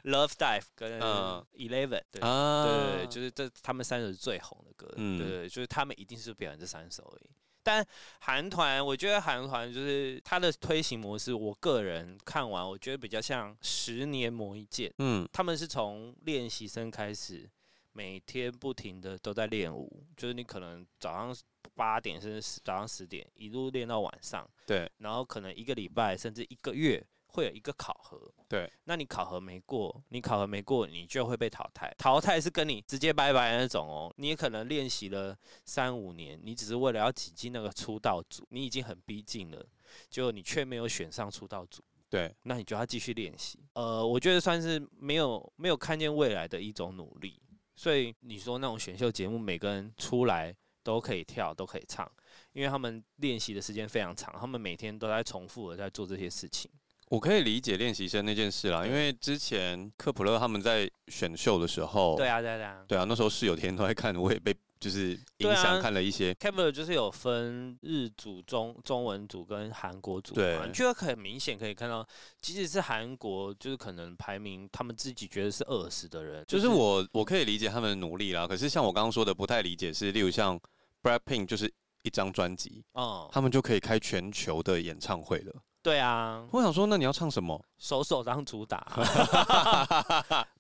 [SPEAKER 2] Love Dive 跟
[SPEAKER 3] 嗯
[SPEAKER 2] Eleven，对
[SPEAKER 3] 啊
[SPEAKER 2] 对，就是这他们三首是最红的歌，
[SPEAKER 3] 嗯
[SPEAKER 2] 对对，就是他们一定是表演这三首而已。但韩团，我觉得韩团就是它的推行模式，我个人看完，我觉得比较像十年磨一剑。
[SPEAKER 3] 嗯
[SPEAKER 2] 他们是从练习生开始，每天不停的都在练舞，就是你可能早上八点甚至10早上十点一路练到晚上，
[SPEAKER 3] 对，
[SPEAKER 2] 然后可能一个礼拜甚至一个月会有一个考核，
[SPEAKER 3] 对，
[SPEAKER 2] 那你考核没过，你考核没过，你就会被淘汰，淘汰是跟你直接拜拜的那种哦，你也可能练习了三五年，你只是为了要挤进那个出道组，你已经很逼近了，结果你却没有选上出道组。
[SPEAKER 3] 对，
[SPEAKER 2] 那你就要继续练习。呃，我觉得算是没有没有看见未来的一种努力。所以你说那种选秀节目，每个人出来都可以跳，都可以唱，因为他们练习的时间非常长，他们每天都在重复的在做这些事情。
[SPEAKER 3] 我可以理解练习生那件事啦，因为之前科普勒他们在选秀的时候，
[SPEAKER 2] 对啊，对啊，对啊。
[SPEAKER 3] 对啊，那时候室友天天都在看，我也被就是
[SPEAKER 2] 对
[SPEAKER 3] 影
[SPEAKER 2] 啊
[SPEAKER 3] 响看了一些。
[SPEAKER 2] Kepler 就是有分日组、中中文组跟韩国组
[SPEAKER 3] 对
[SPEAKER 2] 嘛，你就很明显可以看到，即使是韩国，就是可能排名他们自己觉得是二十的人，
[SPEAKER 3] 就是我我可以理解他们的努力啦，可是像我刚刚说的，不太理解是，例如像 Brad Pink 就是一张专辑，
[SPEAKER 2] 嗯，
[SPEAKER 3] 他们就可以开全球的演唱会了。
[SPEAKER 2] 对啊，
[SPEAKER 3] 我想说，那你要唱什么？
[SPEAKER 2] 首首当
[SPEAKER 3] (laughs)
[SPEAKER 2] 主打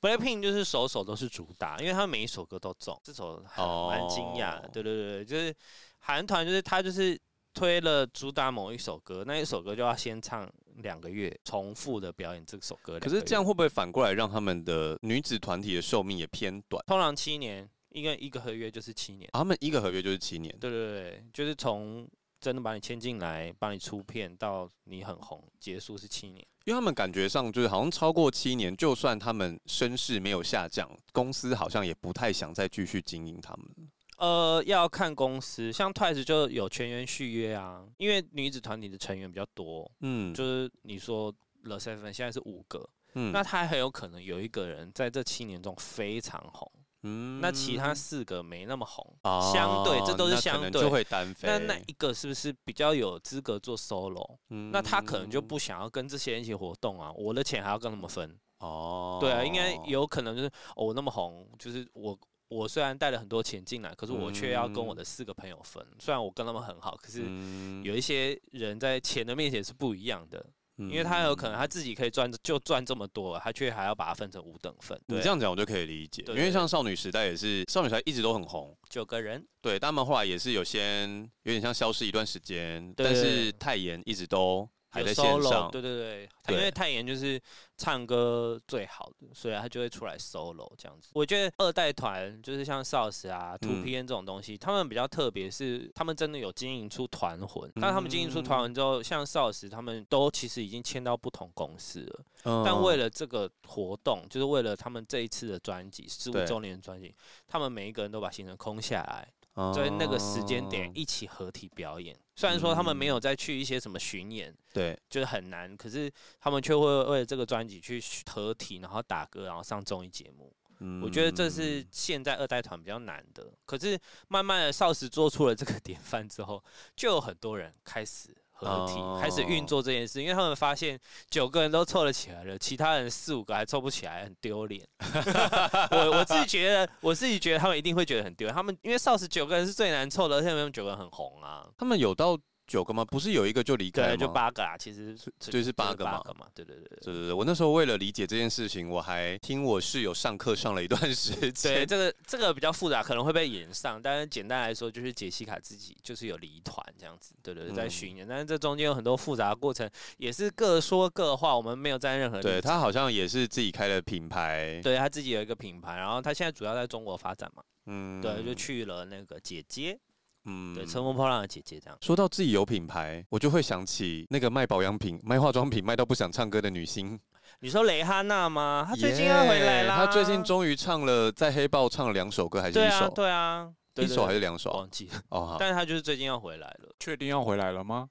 [SPEAKER 2] ，Blackpink 就是首首都是主打，因为他每一首歌都中，这首很
[SPEAKER 3] 哦
[SPEAKER 2] 蛮惊讶的。对对对，对就是韩团，就是他就是推了主打某一首歌，那一首歌就要先唱两个月，重复的表演这首歌。
[SPEAKER 3] 可是这样，会不会反过来让他们的女子团体的寿命也偏短？
[SPEAKER 2] 通常七年，一个一个合约就是七年。
[SPEAKER 3] 啊他们一个合约就是七年，
[SPEAKER 2] 对对对，就是从真的把你签进来，帮你出片到你很红结束是七年。
[SPEAKER 3] 因为他们感觉上就是好像超过七年，就算他们身世没有下降，公司好像也不太想再继续经营他们了。
[SPEAKER 2] 呃，要看公司，像 Twice 就有全员续约啊，因为女子团体的成员比较多，
[SPEAKER 3] 嗯，
[SPEAKER 2] 就是你说 The Seven 现在是五个，
[SPEAKER 3] 嗯
[SPEAKER 2] 那他很有可能有一个人在这七年中非常红，
[SPEAKER 3] 嗯
[SPEAKER 2] 那其他四个没那么红，
[SPEAKER 3] 哦
[SPEAKER 2] 相对这都是
[SPEAKER 3] 那可
[SPEAKER 2] 相
[SPEAKER 3] 能
[SPEAKER 2] 对
[SPEAKER 3] 就会单飞。
[SPEAKER 2] 那那一个是不是比较有资格做 solo？、
[SPEAKER 3] 嗯
[SPEAKER 2] 那他可能就不想要跟这些人一起活动啊，我的钱还要跟他们分，
[SPEAKER 3] 哦，
[SPEAKER 2] 对啊，应该有可能就是哦，我那么红，就是我我虽然带了很多钱进来，可是我却要跟我
[SPEAKER 3] 嗯
[SPEAKER 2] 的四个朋友分。虽然我跟他们很好，可是
[SPEAKER 3] 嗯
[SPEAKER 2] 有一些人在钱的面前是不一样的。
[SPEAKER 3] 因
[SPEAKER 2] 因为他有
[SPEAKER 3] 嗯
[SPEAKER 2] 可能他自己可以赚就赚这么多了，他却还要把它分成五等份。
[SPEAKER 3] 你这样讲我就可以理解，
[SPEAKER 2] 对
[SPEAKER 3] 因
[SPEAKER 2] 对
[SPEAKER 3] 为像少女时代也是少女时代一直都很红，
[SPEAKER 2] 九个人，
[SPEAKER 3] 对，但他们后来也是有些有点像消失一段时间，
[SPEAKER 2] 对
[SPEAKER 3] 但是泰妍一直都还
[SPEAKER 2] 有
[SPEAKER 3] 在
[SPEAKER 2] solo，
[SPEAKER 3] 线上，
[SPEAKER 2] 对对对，他因
[SPEAKER 3] 对
[SPEAKER 2] 为泰妍就是唱歌最好的，所以他就会出来 solo 这样子。我觉得二代团就是像 SARS 啊、t
[SPEAKER 3] 嗯
[SPEAKER 2] p n 这种东西，他们比较特别，是他们真的有经营出团魂。但他们经营出
[SPEAKER 3] 嗯
[SPEAKER 2] 团魂之后，像 SARS 他们都其实已经签到不同公司了。但为
[SPEAKER 3] 了
[SPEAKER 2] 了这个活动，就是为了他们这一次的专辑十五
[SPEAKER 3] 对
[SPEAKER 2] 周年的专辑，他们每一个人都把行程空下来，
[SPEAKER 3] 嗯
[SPEAKER 2] 在那个时间点一起合体表演。虽然说他们没有再去一些什么巡演，
[SPEAKER 3] 对，
[SPEAKER 2] 就是很难，可是他们却会为了这个专辑去合体，然后打歌，然后上综艺节目。我觉得
[SPEAKER 3] 嗯
[SPEAKER 2] 这是现在二代团比较难的。可是慢慢的，少时做出了这个典范之后，就有很多人开始。合体开始运
[SPEAKER 3] 哦
[SPEAKER 2] 作这件事，因为他们发现九个人都凑得起来了，其他人四五个还凑不起来，很丢脸。 (laughs) 我我自己觉得，我自己觉得他们一定会觉得很丢脸。他们因为少时九个人是最难凑的，而且他们九个人很红啊。
[SPEAKER 3] 他们有到九个吗？不是有一个就离开
[SPEAKER 2] 对，
[SPEAKER 3] 了，
[SPEAKER 2] 就。八个啦，其实
[SPEAKER 3] 就是八个嘛
[SPEAKER 2] 八个嘛，对对对
[SPEAKER 3] 对
[SPEAKER 2] 对。
[SPEAKER 3] 对对，我那时候为了理解这件事情，我还听我室友上课上了一段时
[SPEAKER 2] 对，
[SPEAKER 3] 间。
[SPEAKER 2] 这个这个比较复杂，可能会被延上，但是简单来说，就是杰西卡自己就是有离团这样子，对对对，在
[SPEAKER 3] 嗯
[SPEAKER 2] 巡演，但是这中间有很多复杂的过程，也是各说各话，我们没有在任何立
[SPEAKER 3] 对
[SPEAKER 2] 场
[SPEAKER 3] 他好像也是自己开了品牌，
[SPEAKER 2] 对他自己有一个品牌，然后他现在主要在中国发展嘛，
[SPEAKER 3] 嗯
[SPEAKER 2] 对，就，去了那个姐姐，
[SPEAKER 3] 嗯
[SPEAKER 2] 对，乘风破浪的姐姐这样。
[SPEAKER 3] 说到自己有品牌，我就会想起那个卖保养品、卖化妆品卖到不想唱歌的女星。
[SPEAKER 2] 你说蕾哈娜吗？她最近要回来
[SPEAKER 3] Yeah，
[SPEAKER 2] 啦，
[SPEAKER 3] 她最近终于唱了，在黑豹唱了两首歌，还是
[SPEAKER 2] 对
[SPEAKER 3] 一
[SPEAKER 2] 啊
[SPEAKER 3] 首？
[SPEAKER 2] 对啊，对
[SPEAKER 3] 一
[SPEAKER 2] 对
[SPEAKER 3] 首还
[SPEAKER 2] 对
[SPEAKER 3] 是两首啊？
[SPEAKER 2] 忘记了，
[SPEAKER 3] 哦，好
[SPEAKER 2] 但是她就是最近要回来了。
[SPEAKER 4] 确定要回来了吗？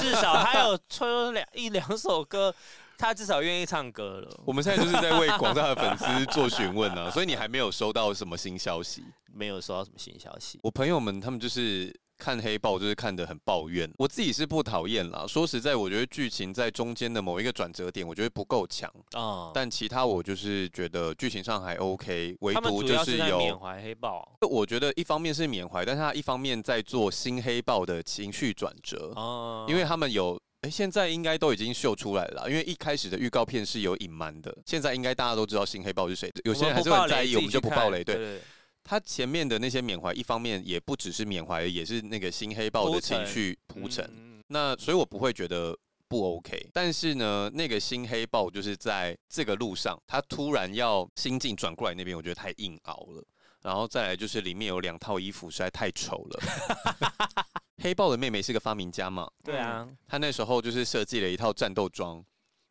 [SPEAKER 2] 至少他有出两一两首歌，他至少愿意唱歌了。
[SPEAKER 3] 我们现在就是在为广大的粉丝做询问啊，所以你还没有收到什么新消息。
[SPEAKER 2] 没有收到什么新消息，
[SPEAKER 3] 我朋友们他们就是看黑豹，就是看得很抱怨。我自己是不讨厌啦，说实在，我觉得剧情在中间的某一个转折点，我觉得不够强，
[SPEAKER 2] 啊、
[SPEAKER 3] 但其他我就是觉得剧情上还 OK，唯
[SPEAKER 2] 他们
[SPEAKER 3] 独
[SPEAKER 2] 主
[SPEAKER 3] 就
[SPEAKER 2] 要是在缅
[SPEAKER 3] 有。
[SPEAKER 2] 怀黑豹。
[SPEAKER 3] 我觉得一方面是缅怀，但是他一方面在做新黑豹的情绪转折，
[SPEAKER 2] 哦、
[SPEAKER 3] 嗯因为他们有，哎、现在应该都已经秀出来了啦，因为一开始的预告片是有隐瞒的，现在应该大家都知道新黑豹是谁，有
[SPEAKER 2] 我
[SPEAKER 3] 些人
[SPEAKER 2] 们
[SPEAKER 3] 还
[SPEAKER 2] 不
[SPEAKER 3] 是
[SPEAKER 2] 爆
[SPEAKER 3] 很在
[SPEAKER 2] 雷
[SPEAKER 3] 意，
[SPEAKER 2] 自
[SPEAKER 3] 我
[SPEAKER 2] 己
[SPEAKER 3] 们
[SPEAKER 2] 去
[SPEAKER 3] 就不爆
[SPEAKER 2] 看
[SPEAKER 3] 雷。
[SPEAKER 2] 对嗯
[SPEAKER 3] 对，他前面的那些缅怀，一方面也不只是缅怀，也是那个新黑豹
[SPEAKER 2] 铺
[SPEAKER 3] 的
[SPEAKER 2] 陈
[SPEAKER 3] 情绪铺陈。
[SPEAKER 2] 嗯
[SPEAKER 3] 那所以我不会觉得不 OK，但是呢，那个新黑豹就是在这个路上，他突然要心境转过来那边，我觉得太硬熬了。然后再来就是里面有两套衣服实在太丑了。 (laughs) 黑豹的妹妹是个发明家嘛，
[SPEAKER 2] 对啊，
[SPEAKER 3] 她那时候就是设计了一套战斗装，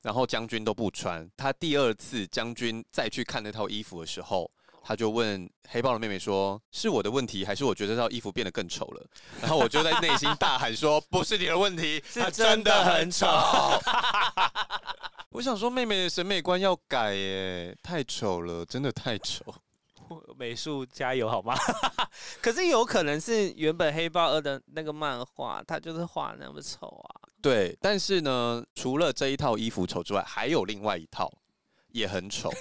[SPEAKER 3] 然后将军都不穿。他第二次将军再去看那套衣服的时候，他就问黑豹的妹妹说：“是我的问题，还是我觉得这套衣服变得更丑了？”然后我就在内心大喊说：“不是你的问题，
[SPEAKER 2] 是
[SPEAKER 3] 它”
[SPEAKER 2] 真的很丑。
[SPEAKER 3] (laughs) 我想说，妹妹的审美观要改耶，太丑了，真的太丑。嗯
[SPEAKER 2] 美术加油好吗？ (laughs) 可是有可能是原本黑豹二的那个漫画，他就是画那么丑啊。
[SPEAKER 3] 对，但是呢，除了这一套衣服丑之外，还有另外一套也很丑。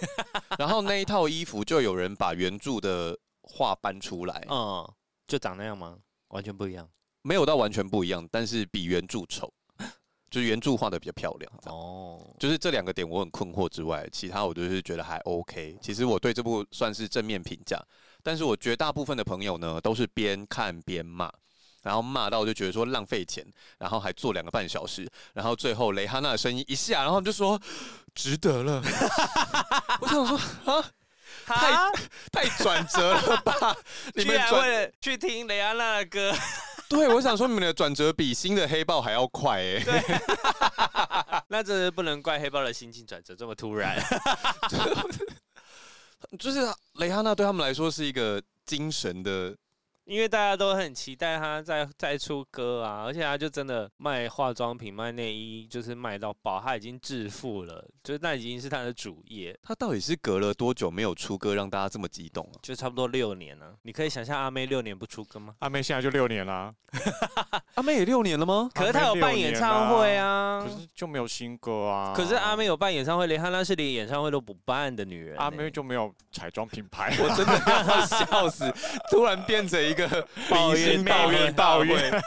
[SPEAKER 3] 然后那一套衣服就有人把原著的画搬出来，
[SPEAKER 2] 嗯，就长那样吗？完全不一样
[SPEAKER 3] 没有到完全不一样，但是比原著丑，就是原著画的比较漂亮。这样
[SPEAKER 2] 哦。
[SPEAKER 3] 就是这两个点我很困惑之外，其他我就是觉得还 OK。其实我对这部算是正面评价，但是我绝大部分的朋友呢都是边看边骂。然后骂到我就觉得说浪费钱，然后还做两个半小时，然后最后蕾哈娜的声音一下，然后他们就说值得了。我想说
[SPEAKER 2] 他
[SPEAKER 3] 太转折了吧？你
[SPEAKER 2] 居
[SPEAKER 3] 们
[SPEAKER 2] 然
[SPEAKER 3] 转
[SPEAKER 2] 为了去听雷安娜的歌， (laughs)
[SPEAKER 3] 对我想说你们的转折比新的黑豹还要快哎、
[SPEAKER 2] 那真的不能怪黑豹的心境转折这么突然。
[SPEAKER 3] 就是蕾哈娜对他们来说是一个精神的，
[SPEAKER 2] 因为大家都很期待他再再出歌啊，而且他就真的卖化妆品、卖内衣，就是卖到爆，他已经致富了，就是那已经是他的主业，
[SPEAKER 3] 他到底是隔了多久没有出歌让大家这么激动啊？
[SPEAKER 2] 就差不多六年了、你可以想象阿妹六年不出歌吗？
[SPEAKER 4] 阿妹现在就六年啦，
[SPEAKER 3] 阿妹也六年了吗？
[SPEAKER 2] 可是他有办演唱会啊
[SPEAKER 4] 可，是就没有新歌啊。
[SPEAKER 2] 可是阿妹有办演唱会，连汉娜是连演唱会都不办的女人、
[SPEAKER 4] 阿妹就没有彩妆品牌，
[SPEAKER 3] 我真的要笑死，突然变成一个
[SPEAKER 2] 抱
[SPEAKER 3] 明
[SPEAKER 2] 怨
[SPEAKER 3] 星
[SPEAKER 2] 抱
[SPEAKER 3] 抱
[SPEAKER 2] 怨
[SPEAKER 3] 怨
[SPEAKER 2] 抱
[SPEAKER 3] 抱
[SPEAKER 2] 怨
[SPEAKER 3] 怨。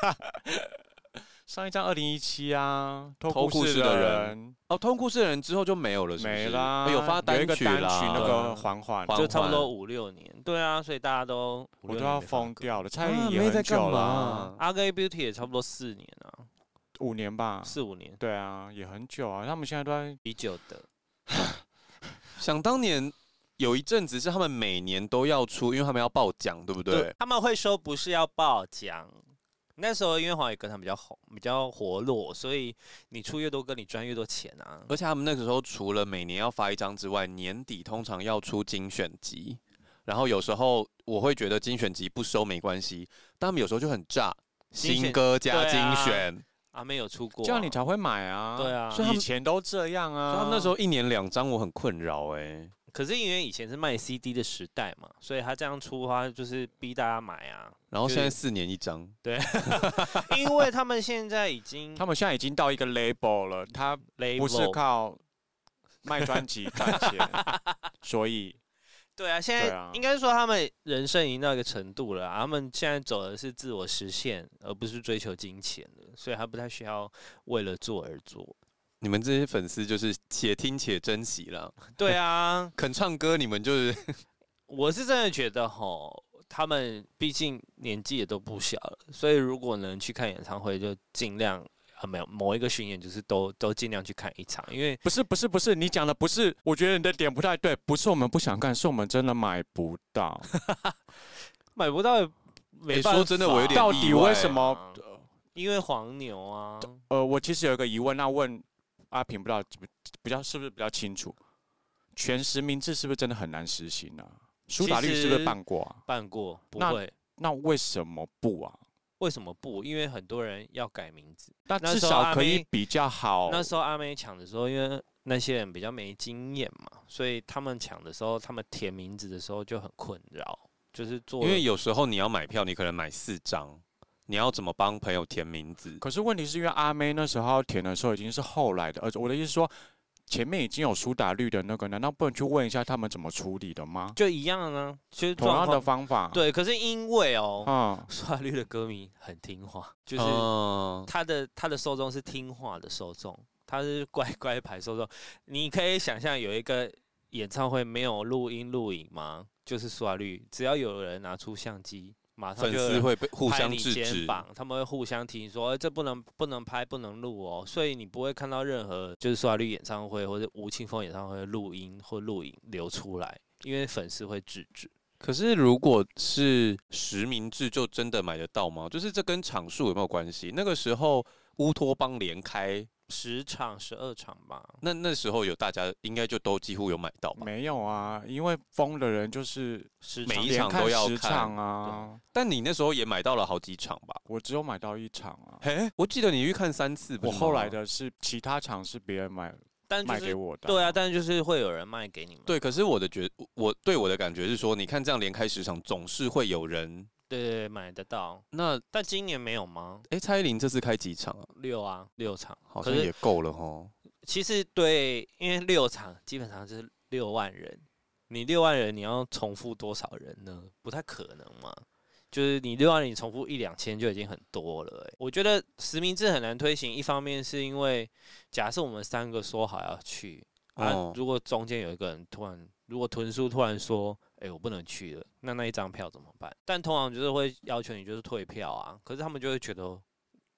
[SPEAKER 4] (laughs) 上一张二零一七啊，偷
[SPEAKER 3] 偷
[SPEAKER 4] 故
[SPEAKER 3] 故事
[SPEAKER 4] 的
[SPEAKER 3] 的哦，偷故事的人之后就没有了是不是，
[SPEAKER 4] 没啦，
[SPEAKER 3] 哦有发
[SPEAKER 4] 一
[SPEAKER 3] 单
[SPEAKER 4] 个
[SPEAKER 3] 曲
[SPEAKER 4] 单
[SPEAKER 3] 啦，
[SPEAKER 4] 那
[SPEAKER 2] 对
[SPEAKER 4] 个
[SPEAKER 2] 啊
[SPEAKER 4] 缓缓，
[SPEAKER 3] 缓
[SPEAKER 2] 就差不
[SPEAKER 3] 缓
[SPEAKER 2] 多五六年，对啊，所以大家都五
[SPEAKER 4] 我
[SPEAKER 2] 六年
[SPEAKER 4] 都
[SPEAKER 2] 没
[SPEAKER 4] 要
[SPEAKER 2] 放
[SPEAKER 4] 疯
[SPEAKER 2] 歌。
[SPEAKER 4] 掉了。蔡依
[SPEAKER 3] 啊
[SPEAKER 4] 林也
[SPEAKER 3] 妹
[SPEAKER 4] 很
[SPEAKER 3] 在干
[SPEAKER 4] 久了
[SPEAKER 3] 嘛
[SPEAKER 4] 啊，
[SPEAKER 2] 阿哥 Beauty 也差不多四年啊，
[SPEAKER 4] 五年吧，
[SPEAKER 2] 四五年，
[SPEAKER 4] 对啊，也很久啊。他们现在都在
[SPEAKER 2] 比久的。
[SPEAKER 3] 想当年有一阵子是他们每年都要出，因为他们要报奖，对不对？
[SPEAKER 2] 他们会说不是要报奖。那时候因为黄伟跟他们比较红，比较活络，所以你出越多歌，你赚越多钱啊。
[SPEAKER 3] 而且他们那个时候除了每年要发一张之外，年底通常要出精选集，然后有时候我会觉得精选集不收没关系，但他们有时候就很炸，
[SPEAKER 2] 精选
[SPEAKER 3] 新歌加
[SPEAKER 2] 对
[SPEAKER 3] 精
[SPEAKER 2] 啊
[SPEAKER 3] 选，
[SPEAKER 2] 阿妹有出过、
[SPEAKER 4] 这样你才会买啊。
[SPEAKER 2] 对啊
[SPEAKER 3] 所以他们
[SPEAKER 4] 以前都这样
[SPEAKER 3] 所
[SPEAKER 4] 啊。
[SPEAKER 3] 以他们那时候一年两张我很困扰哎、
[SPEAKER 2] 可是因为以前是卖 CD 的时代嘛，所以他这样出的话就是逼大家买啊。
[SPEAKER 3] 然后现在
[SPEAKER 2] 就是
[SPEAKER 3] 四年一张，
[SPEAKER 2] 因为他们现在已经
[SPEAKER 4] (laughs) 他们现在已经到一个 label 了，他
[SPEAKER 2] label
[SPEAKER 4] 不是靠卖专辑赚钱，所以
[SPEAKER 2] 对啊，现
[SPEAKER 4] 对
[SPEAKER 2] 在
[SPEAKER 4] 啊
[SPEAKER 2] 应该说他们人生已经到一个程度了啊、他们现在走的是自我实现，而不是追求金钱的，所以他不太需要为了做而做。
[SPEAKER 3] 你们这些粉丝就是且听且珍惜啦，
[SPEAKER 2] 对啊，
[SPEAKER 3] 肯唱歌你们就是
[SPEAKER 2] 我是真的觉得吼，他们毕竟年纪也都不小了，所以如果能去看演唱会，就尽量啊，没有某一个巡演，就是都都尽量去看一场，因为
[SPEAKER 4] 不是不是不是，你讲的不是，我觉得你的点不太对，不是我们不想看，是我们真的买不
[SPEAKER 2] (laughs)
[SPEAKER 4] 到。
[SPEAKER 2] 买不到也没
[SPEAKER 3] 诶
[SPEAKER 2] 办法。
[SPEAKER 3] 说真的我有点
[SPEAKER 4] 到
[SPEAKER 3] 意
[SPEAKER 4] 底
[SPEAKER 3] 外啊
[SPEAKER 4] 为什么？
[SPEAKER 2] 因为黄牛啊，
[SPEAKER 4] 呃，我其实有一个疑问，那问阿平不知道怎么比较是不是比较清楚，全实名制是不是真的很难实行呢、啊？苏打绿是不
[SPEAKER 2] 其实
[SPEAKER 4] 是办过啊？
[SPEAKER 2] 办过不
[SPEAKER 4] 那
[SPEAKER 2] 会。
[SPEAKER 4] 那为什么不啊？
[SPEAKER 2] 为什么不？因为很多人要改名字。
[SPEAKER 4] 那
[SPEAKER 2] 那
[SPEAKER 4] 至
[SPEAKER 2] 时候阿
[SPEAKER 4] 少可
[SPEAKER 2] 妹
[SPEAKER 4] 以比较
[SPEAKER 3] 哦
[SPEAKER 4] 好。
[SPEAKER 2] 那时候阿妹抢的时候，因为那些人比较没经验嘛，所以他们抢的时候，他们填名字的时候就很困扰，就是做
[SPEAKER 3] 因为有时候你要买票，你可能买四张，你要怎么帮朋友填名字？
[SPEAKER 4] 可是问题是因为阿妹那时候填的时候已经是后来的，而我的意思是说，前面已经有苏打绿的那个，难道不能去问一下他们怎么处理的吗？
[SPEAKER 2] 就一样呢，就是
[SPEAKER 4] 同
[SPEAKER 2] 状
[SPEAKER 4] 样的
[SPEAKER 2] 况
[SPEAKER 4] 方法。
[SPEAKER 2] 对。可是因为哦，
[SPEAKER 4] 啊，
[SPEAKER 2] 苏打绿的歌迷很听话，就是
[SPEAKER 3] 嗯
[SPEAKER 2] 他的他的受众是听话的受众，他是乖 (laughs) 乖牌受众。你可以想象有一个演唱会没有录音录影吗？就是苏打绿，只要有人拿出相机，马上
[SPEAKER 3] 粉
[SPEAKER 2] 就有人
[SPEAKER 3] 丝会被互
[SPEAKER 2] 拍
[SPEAKER 3] 相
[SPEAKER 2] 你
[SPEAKER 3] 制
[SPEAKER 2] 肩
[SPEAKER 3] 止。
[SPEAKER 2] 膀，他们会互相提醒说、哎这不能不能拍不能录哦，所以你不会看到任何就是苏打绿演唱会或者吴青峰演唱会的录音或录影流出来，因为粉丝会制止。
[SPEAKER 3] 可是如果是实名制，就真的买得到吗？就是这跟场数有没有关系？那个时候乌托邦连开，
[SPEAKER 2] 十场十二场吧，
[SPEAKER 3] 那那时候有大家应该就都几乎有买到吧？
[SPEAKER 4] 没有啊，因为疯的人就是
[SPEAKER 2] 十
[SPEAKER 3] 每
[SPEAKER 2] 场
[SPEAKER 3] 一
[SPEAKER 2] 连
[SPEAKER 3] 场
[SPEAKER 4] 连
[SPEAKER 3] 都
[SPEAKER 4] 看
[SPEAKER 3] 要
[SPEAKER 4] 十
[SPEAKER 3] 看
[SPEAKER 4] 场啊。
[SPEAKER 3] 但你那时候也买到了好几场吧？
[SPEAKER 4] 我只有买到一场啊，
[SPEAKER 3] 嘿，我记得你预看三次，不
[SPEAKER 4] 我
[SPEAKER 3] 是
[SPEAKER 4] 后
[SPEAKER 3] 吗
[SPEAKER 4] 来的是其他场是别人买
[SPEAKER 2] 但就
[SPEAKER 4] 卖给
[SPEAKER 2] 是
[SPEAKER 4] 我的。
[SPEAKER 2] 对啊，但就是会有人卖给你们。
[SPEAKER 3] 对，可是我的觉，我对我的感觉是说，你看这样连开十场，总是会有人。
[SPEAKER 2] 对对对，买得到。
[SPEAKER 3] 那
[SPEAKER 2] 但今年没有吗？
[SPEAKER 3] 哎，蔡依林这次开几场啊？
[SPEAKER 2] 六啊，六场。
[SPEAKER 3] 好
[SPEAKER 2] 可
[SPEAKER 3] 像
[SPEAKER 2] 是
[SPEAKER 3] 也够了哦。
[SPEAKER 2] 其实对，因为六场基本上就是六万人，你六万人你要重复多少人呢？不太可能嘛。就是你六万人你重复一两千就已经很多了、欸。我觉得实名制很难推行，一方面是因为假设我们三个说好要去，啊
[SPEAKER 3] 哦，
[SPEAKER 2] 如果中间有一个人突然，如果屯叔突然说，哎、我不能去了，那那一张票怎么办？但通常就是会要求你就是退票啊，可是他们就会觉得，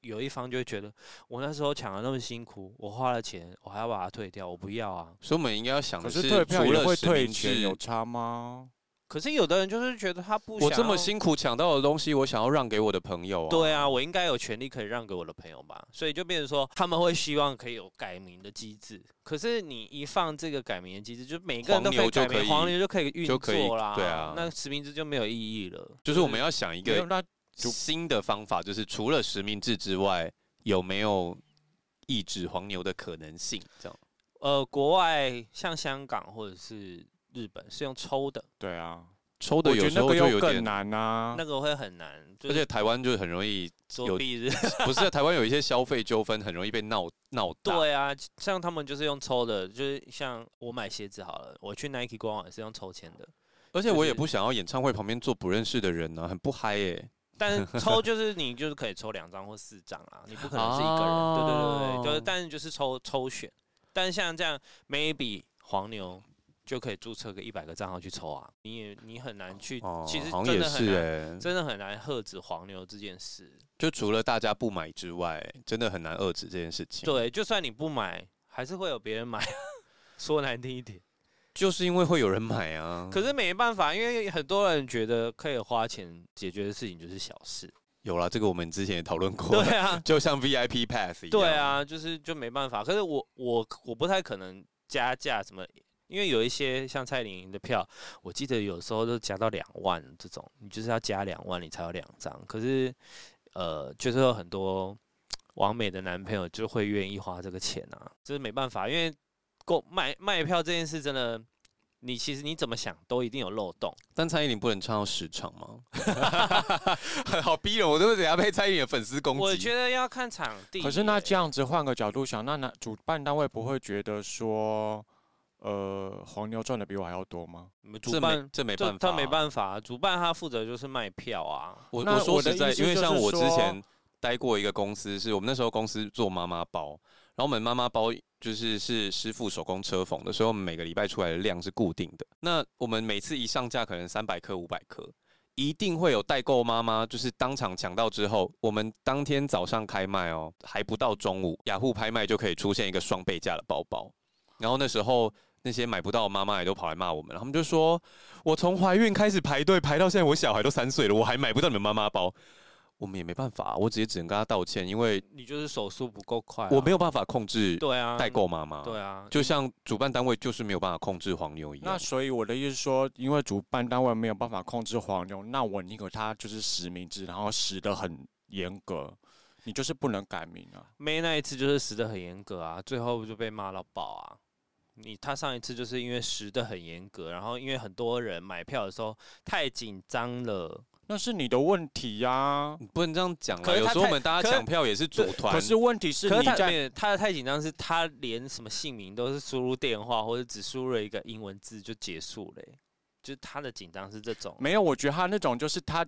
[SPEAKER 2] 有一方就会觉得，我那时候抢的那么辛苦，我花了钱，我还要把它退掉，我不要啊。
[SPEAKER 3] 所以我们应该要想
[SPEAKER 4] 可
[SPEAKER 3] 的
[SPEAKER 4] 是
[SPEAKER 3] 是，
[SPEAKER 4] 退
[SPEAKER 3] 除
[SPEAKER 4] 票也
[SPEAKER 3] 了
[SPEAKER 4] 会
[SPEAKER 3] 实
[SPEAKER 4] 退
[SPEAKER 3] 名
[SPEAKER 4] 钱，
[SPEAKER 3] 制
[SPEAKER 4] 有差吗？
[SPEAKER 2] 可是有的人就是觉得他不想，
[SPEAKER 3] 我这么，辛苦抢到的东西，我想要让给我的朋友、啊。
[SPEAKER 2] 对啊，我应该有权利可以让给我的朋友吧，所以就变成说他们会希望可以有改名的机制。可是你一放这个改名的机制，就每个人都可以
[SPEAKER 3] 黄牛就
[SPEAKER 2] 改
[SPEAKER 3] 可
[SPEAKER 2] 名，
[SPEAKER 3] 以
[SPEAKER 2] 黄牛就可以运
[SPEAKER 3] 就可以
[SPEAKER 2] 作啦，
[SPEAKER 3] 对啊
[SPEAKER 2] 那实名制就没有意义了。
[SPEAKER 3] 就是我们要想一
[SPEAKER 4] 没有，
[SPEAKER 3] 个
[SPEAKER 4] 那就
[SPEAKER 3] 新的方法，就是除了实名制之外，有没有抑制黄牛的可能性？这样
[SPEAKER 2] 呃，国外像香港或者是日本是用抽的，
[SPEAKER 4] 对啊，
[SPEAKER 3] 抽的
[SPEAKER 4] 我觉
[SPEAKER 3] 有
[SPEAKER 4] 得
[SPEAKER 3] 时
[SPEAKER 4] 那
[SPEAKER 3] 候
[SPEAKER 4] 个
[SPEAKER 3] 就
[SPEAKER 4] 又
[SPEAKER 3] 有
[SPEAKER 4] 更
[SPEAKER 3] 点，
[SPEAKER 4] 难啊
[SPEAKER 2] 那。个会很难，就
[SPEAKER 3] 而
[SPEAKER 2] 是
[SPEAKER 3] 且台湾就很容
[SPEAKER 2] (laughs)
[SPEAKER 3] 易，
[SPEAKER 2] 作
[SPEAKER 3] 有
[SPEAKER 2] 弊
[SPEAKER 3] (laughs)
[SPEAKER 2] 日。
[SPEAKER 3] 不是台湾有一些消费纠纷，很容易被闹闹大。
[SPEAKER 2] 对啊，像他们就是用抽的，就是像我买鞋子好了，我去 Nike 官网也是用抽签的。
[SPEAKER 3] 而且
[SPEAKER 2] 就
[SPEAKER 3] 我也
[SPEAKER 2] 是
[SPEAKER 3] 啊不想要演唱会旁边坐不认识的人呢、很不嗨耶、
[SPEAKER 2] 但
[SPEAKER 3] (laughs)
[SPEAKER 2] 是抽就是你就是可以抽两张或四张啊，你不可能是一个人，对对对对，就是
[SPEAKER 3] 哦
[SPEAKER 2] 但是就是抽抽选，但是像这样 maybe 黄牛就可以注册个一百个账号去抽啊，你也你很难去，
[SPEAKER 3] 哦，
[SPEAKER 2] 其实
[SPEAKER 3] 好像
[SPEAKER 2] 真
[SPEAKER 3] 也
[SPEAKER 2] 的很
[SPEAKER 3] 是
[SPEAKER 2] 难，
[SPEAKER 3] 哎、
[SPEAKER 2] 真的很难喝止黄牛这件事。
[SPEAKER 3] 就除了大家不买之外，真的很难遏制这件事情。，
[SPEAKER 2] 对，就算你不买，还是会有别人买， (laughs) 说难听一点。
[SPEAKER 3] 就是因为会有人买啊。
[SPEAKER 2] 可是没办法，因为很多人觉得可以花钱解决的事情就是小事。
[SPEAKER 3] 有啦，这个我们之前也讨论过，
[SPEAKER 2] 对啊，
[SPEAKER 3] 就像 VIP Pass 一样。
[SPEAKER 2] 对，啊，就是就没办法。可是我我我不太可能加价什么，因为有一些像蔡依林的票，我记得有时候都加到两万这种，你就是要加两万你才有两张。可是呃，就是有很多完美的男朋友就会愿意花这个钱啊，这是没办法，因为购卖卖票这件事真的。你其实你怎么想都一定有漏洞，
[SPEAKER 3] 但蔡依林不能唱到十场吗？ (laughs) 好逼人，我都会等下被蔡依林的粉丝攻击。
[SPEAKER 2] 我觉得要看场地耶。
[SPEAKER 4] 可是那这样子换个角度想，那那主办单位不会觉得说，呃，黄牛赚的比我还要多吗？
[SPEAKER 2] 你们主
[SPEAKER 3] 这没
[SPEAKER 2] 办
[SPEAKER 3] 这没
[SPEAKER 2] 这
[SPEAKER 3] 办法、
[SPEAKER 2] 他没。办法啊，主办他负责就是卖票啊。
[SPEAKER 3] 我
[SPEAKER 4] 那
[SPEAKER 3] 我说
[SPEAKER 4] 我的
[SPEAKER 3] 实在，
[SPEAKER 4] 意思
[SPEAKER 3] 因为
[SPEAKER 4] 就是
[SPEAKER 3] 像我之
[SPEAKER 4] 说
[SPEAKER 3] 前待过一个公司，是我们那时候公司做妈妈包，然后我们妈妈包就是是师傅手工车缝的，所以我们每个礼拜出来的量是固定的。那我们每次一上架，可能三百颗、五百颗，一定会有代购妈妈，就是当场抢到之后，我们当天早上开卖哦，还不到中午，雅虎拍卖就可以出现一个双倍价的包包。然后那时候那些买不到的妈妈也都跑来骂我们，然后他们就说：“我从怀孕开始排队排到现在，我小孩都三岁了，我还买不到你们妈妈包。”我们也没办法，啊我直接只能跟他道歉，因为
[SPEAKER 2] 你就是手速不够快啊、
[SPEAKER 3] 我没有办法控制
[SPEAKER 2] 对啊
[SPEAKER 3] 代购妈妈。
[SPEAKER 2] 对啊，
[SPEAKER 3] 就像主办单位就是没有办法控制黄牛一
[SPEAKER 4] 那
[SPEAKER 3] 样。
[SPEAKER 4] 所以我的意思是说，因为主办单位没有办法控制黄牛，那我宁可他就是实名制，然后实的很严格，你就是不能改名啊。
[SPEAKER 2] 妹那一次就是实的很严格啊，最后就被骂到爆啊。你他上一次就是因为实的很严格，然后因为很多人买票的时候太紧张了，
[SPEAKER 4] 那是你的问题呀、
[SPEAKER 3] 你不能这样讲啦，
[SPEAKER 2] 可是
[SPEAKER 3] 有
[SPEAKER 2] 他
[SPEAKER 3] 时候我
[SPEAKER 2] 太
[SPEAKER 3] 们大
[SPEAKER 2] 可
[SPEAKER 3] 家
[SPEAKER 2] 是
[SPEAKER 3] 抢票也是组团，
[SPEAKER 4] 可是问题是
[SPEAKER 2] 可
[SPEAKER 4] 你
[SPEAKER 2] 是他
[SPEAKER 4] 在
[SPEAKER 2] 没有他太紧张，是他连什么姓名都是输入电话或者只输入了一个英文字就结束了欸、就是他的紧张是这种。
[SPEAKER 4] 没有，我觉得他那种就是他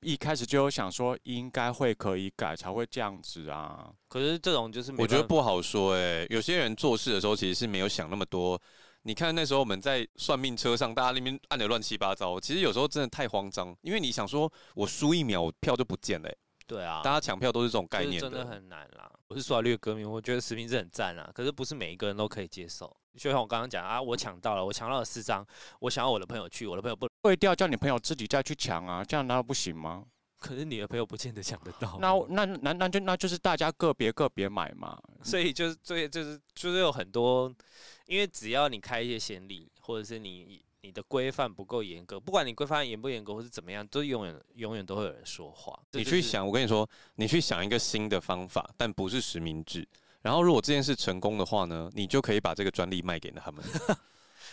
[SPEAKER 4] 一开始就有想说应该会可以改才会这样子啊。
[SPEAKER 2] 可是这种就是没
[SPEAKER 3] 我觉得
[SPEAKER 2] 办法
[SPEAKER 3] 不好说哎、
[SPEAKER 2] 啊
[SPEAKER 3] 有些人做事的时候其实是没有想那么多。你看那时候我们在算命车上，大家那边按的乱七八糟，其实有时候真的太慌张，因为你想说我输一秒，我票就不见了欸、
[SPEAKER 2] 对啊，
[SPEAKER 3] 大家抢票都是这种
[SPEAKER 2] 就
[SPEAKER 3] 概
[SPEAKER 2] 是
[SPEAKER 3] 念
[SPEAKER 2] 真的很难啦。我是耍略歌迷，我觉得实名制很赞啊啦，可是不是每一个人都可以接受。就像我刚刚讲啊，我抢到了，我抢到了四张，我想要我的朋友去，我的朋友不，
[SPEAKER 4] 会掉叫你朋友自己再去抢啊，这样难道不行吗？
[SPEAKER 2] 可是你的朋友不见得抢得到。
[SPEAKER 4] 那那那那就那就是大家个别个别买嘛。
[SPEAKER 2] 所以就是最就是就是有很多，因为只要你开一些先例，或者是你你的规范不够严格，不管你规范严不严格或是怎么样，都永远永远都会有人说话。这
[SPEAKER 3] 你
[SPEAKER 2] 就
[SPEAKER 3] 去
[SPEAKER 2] 是，
[SPEAKER 3] 想，我跟你说，你去想一个新的方法，但不是实名制。然后如果这件事成功的话呢，你就可以把这个专利卖给他们。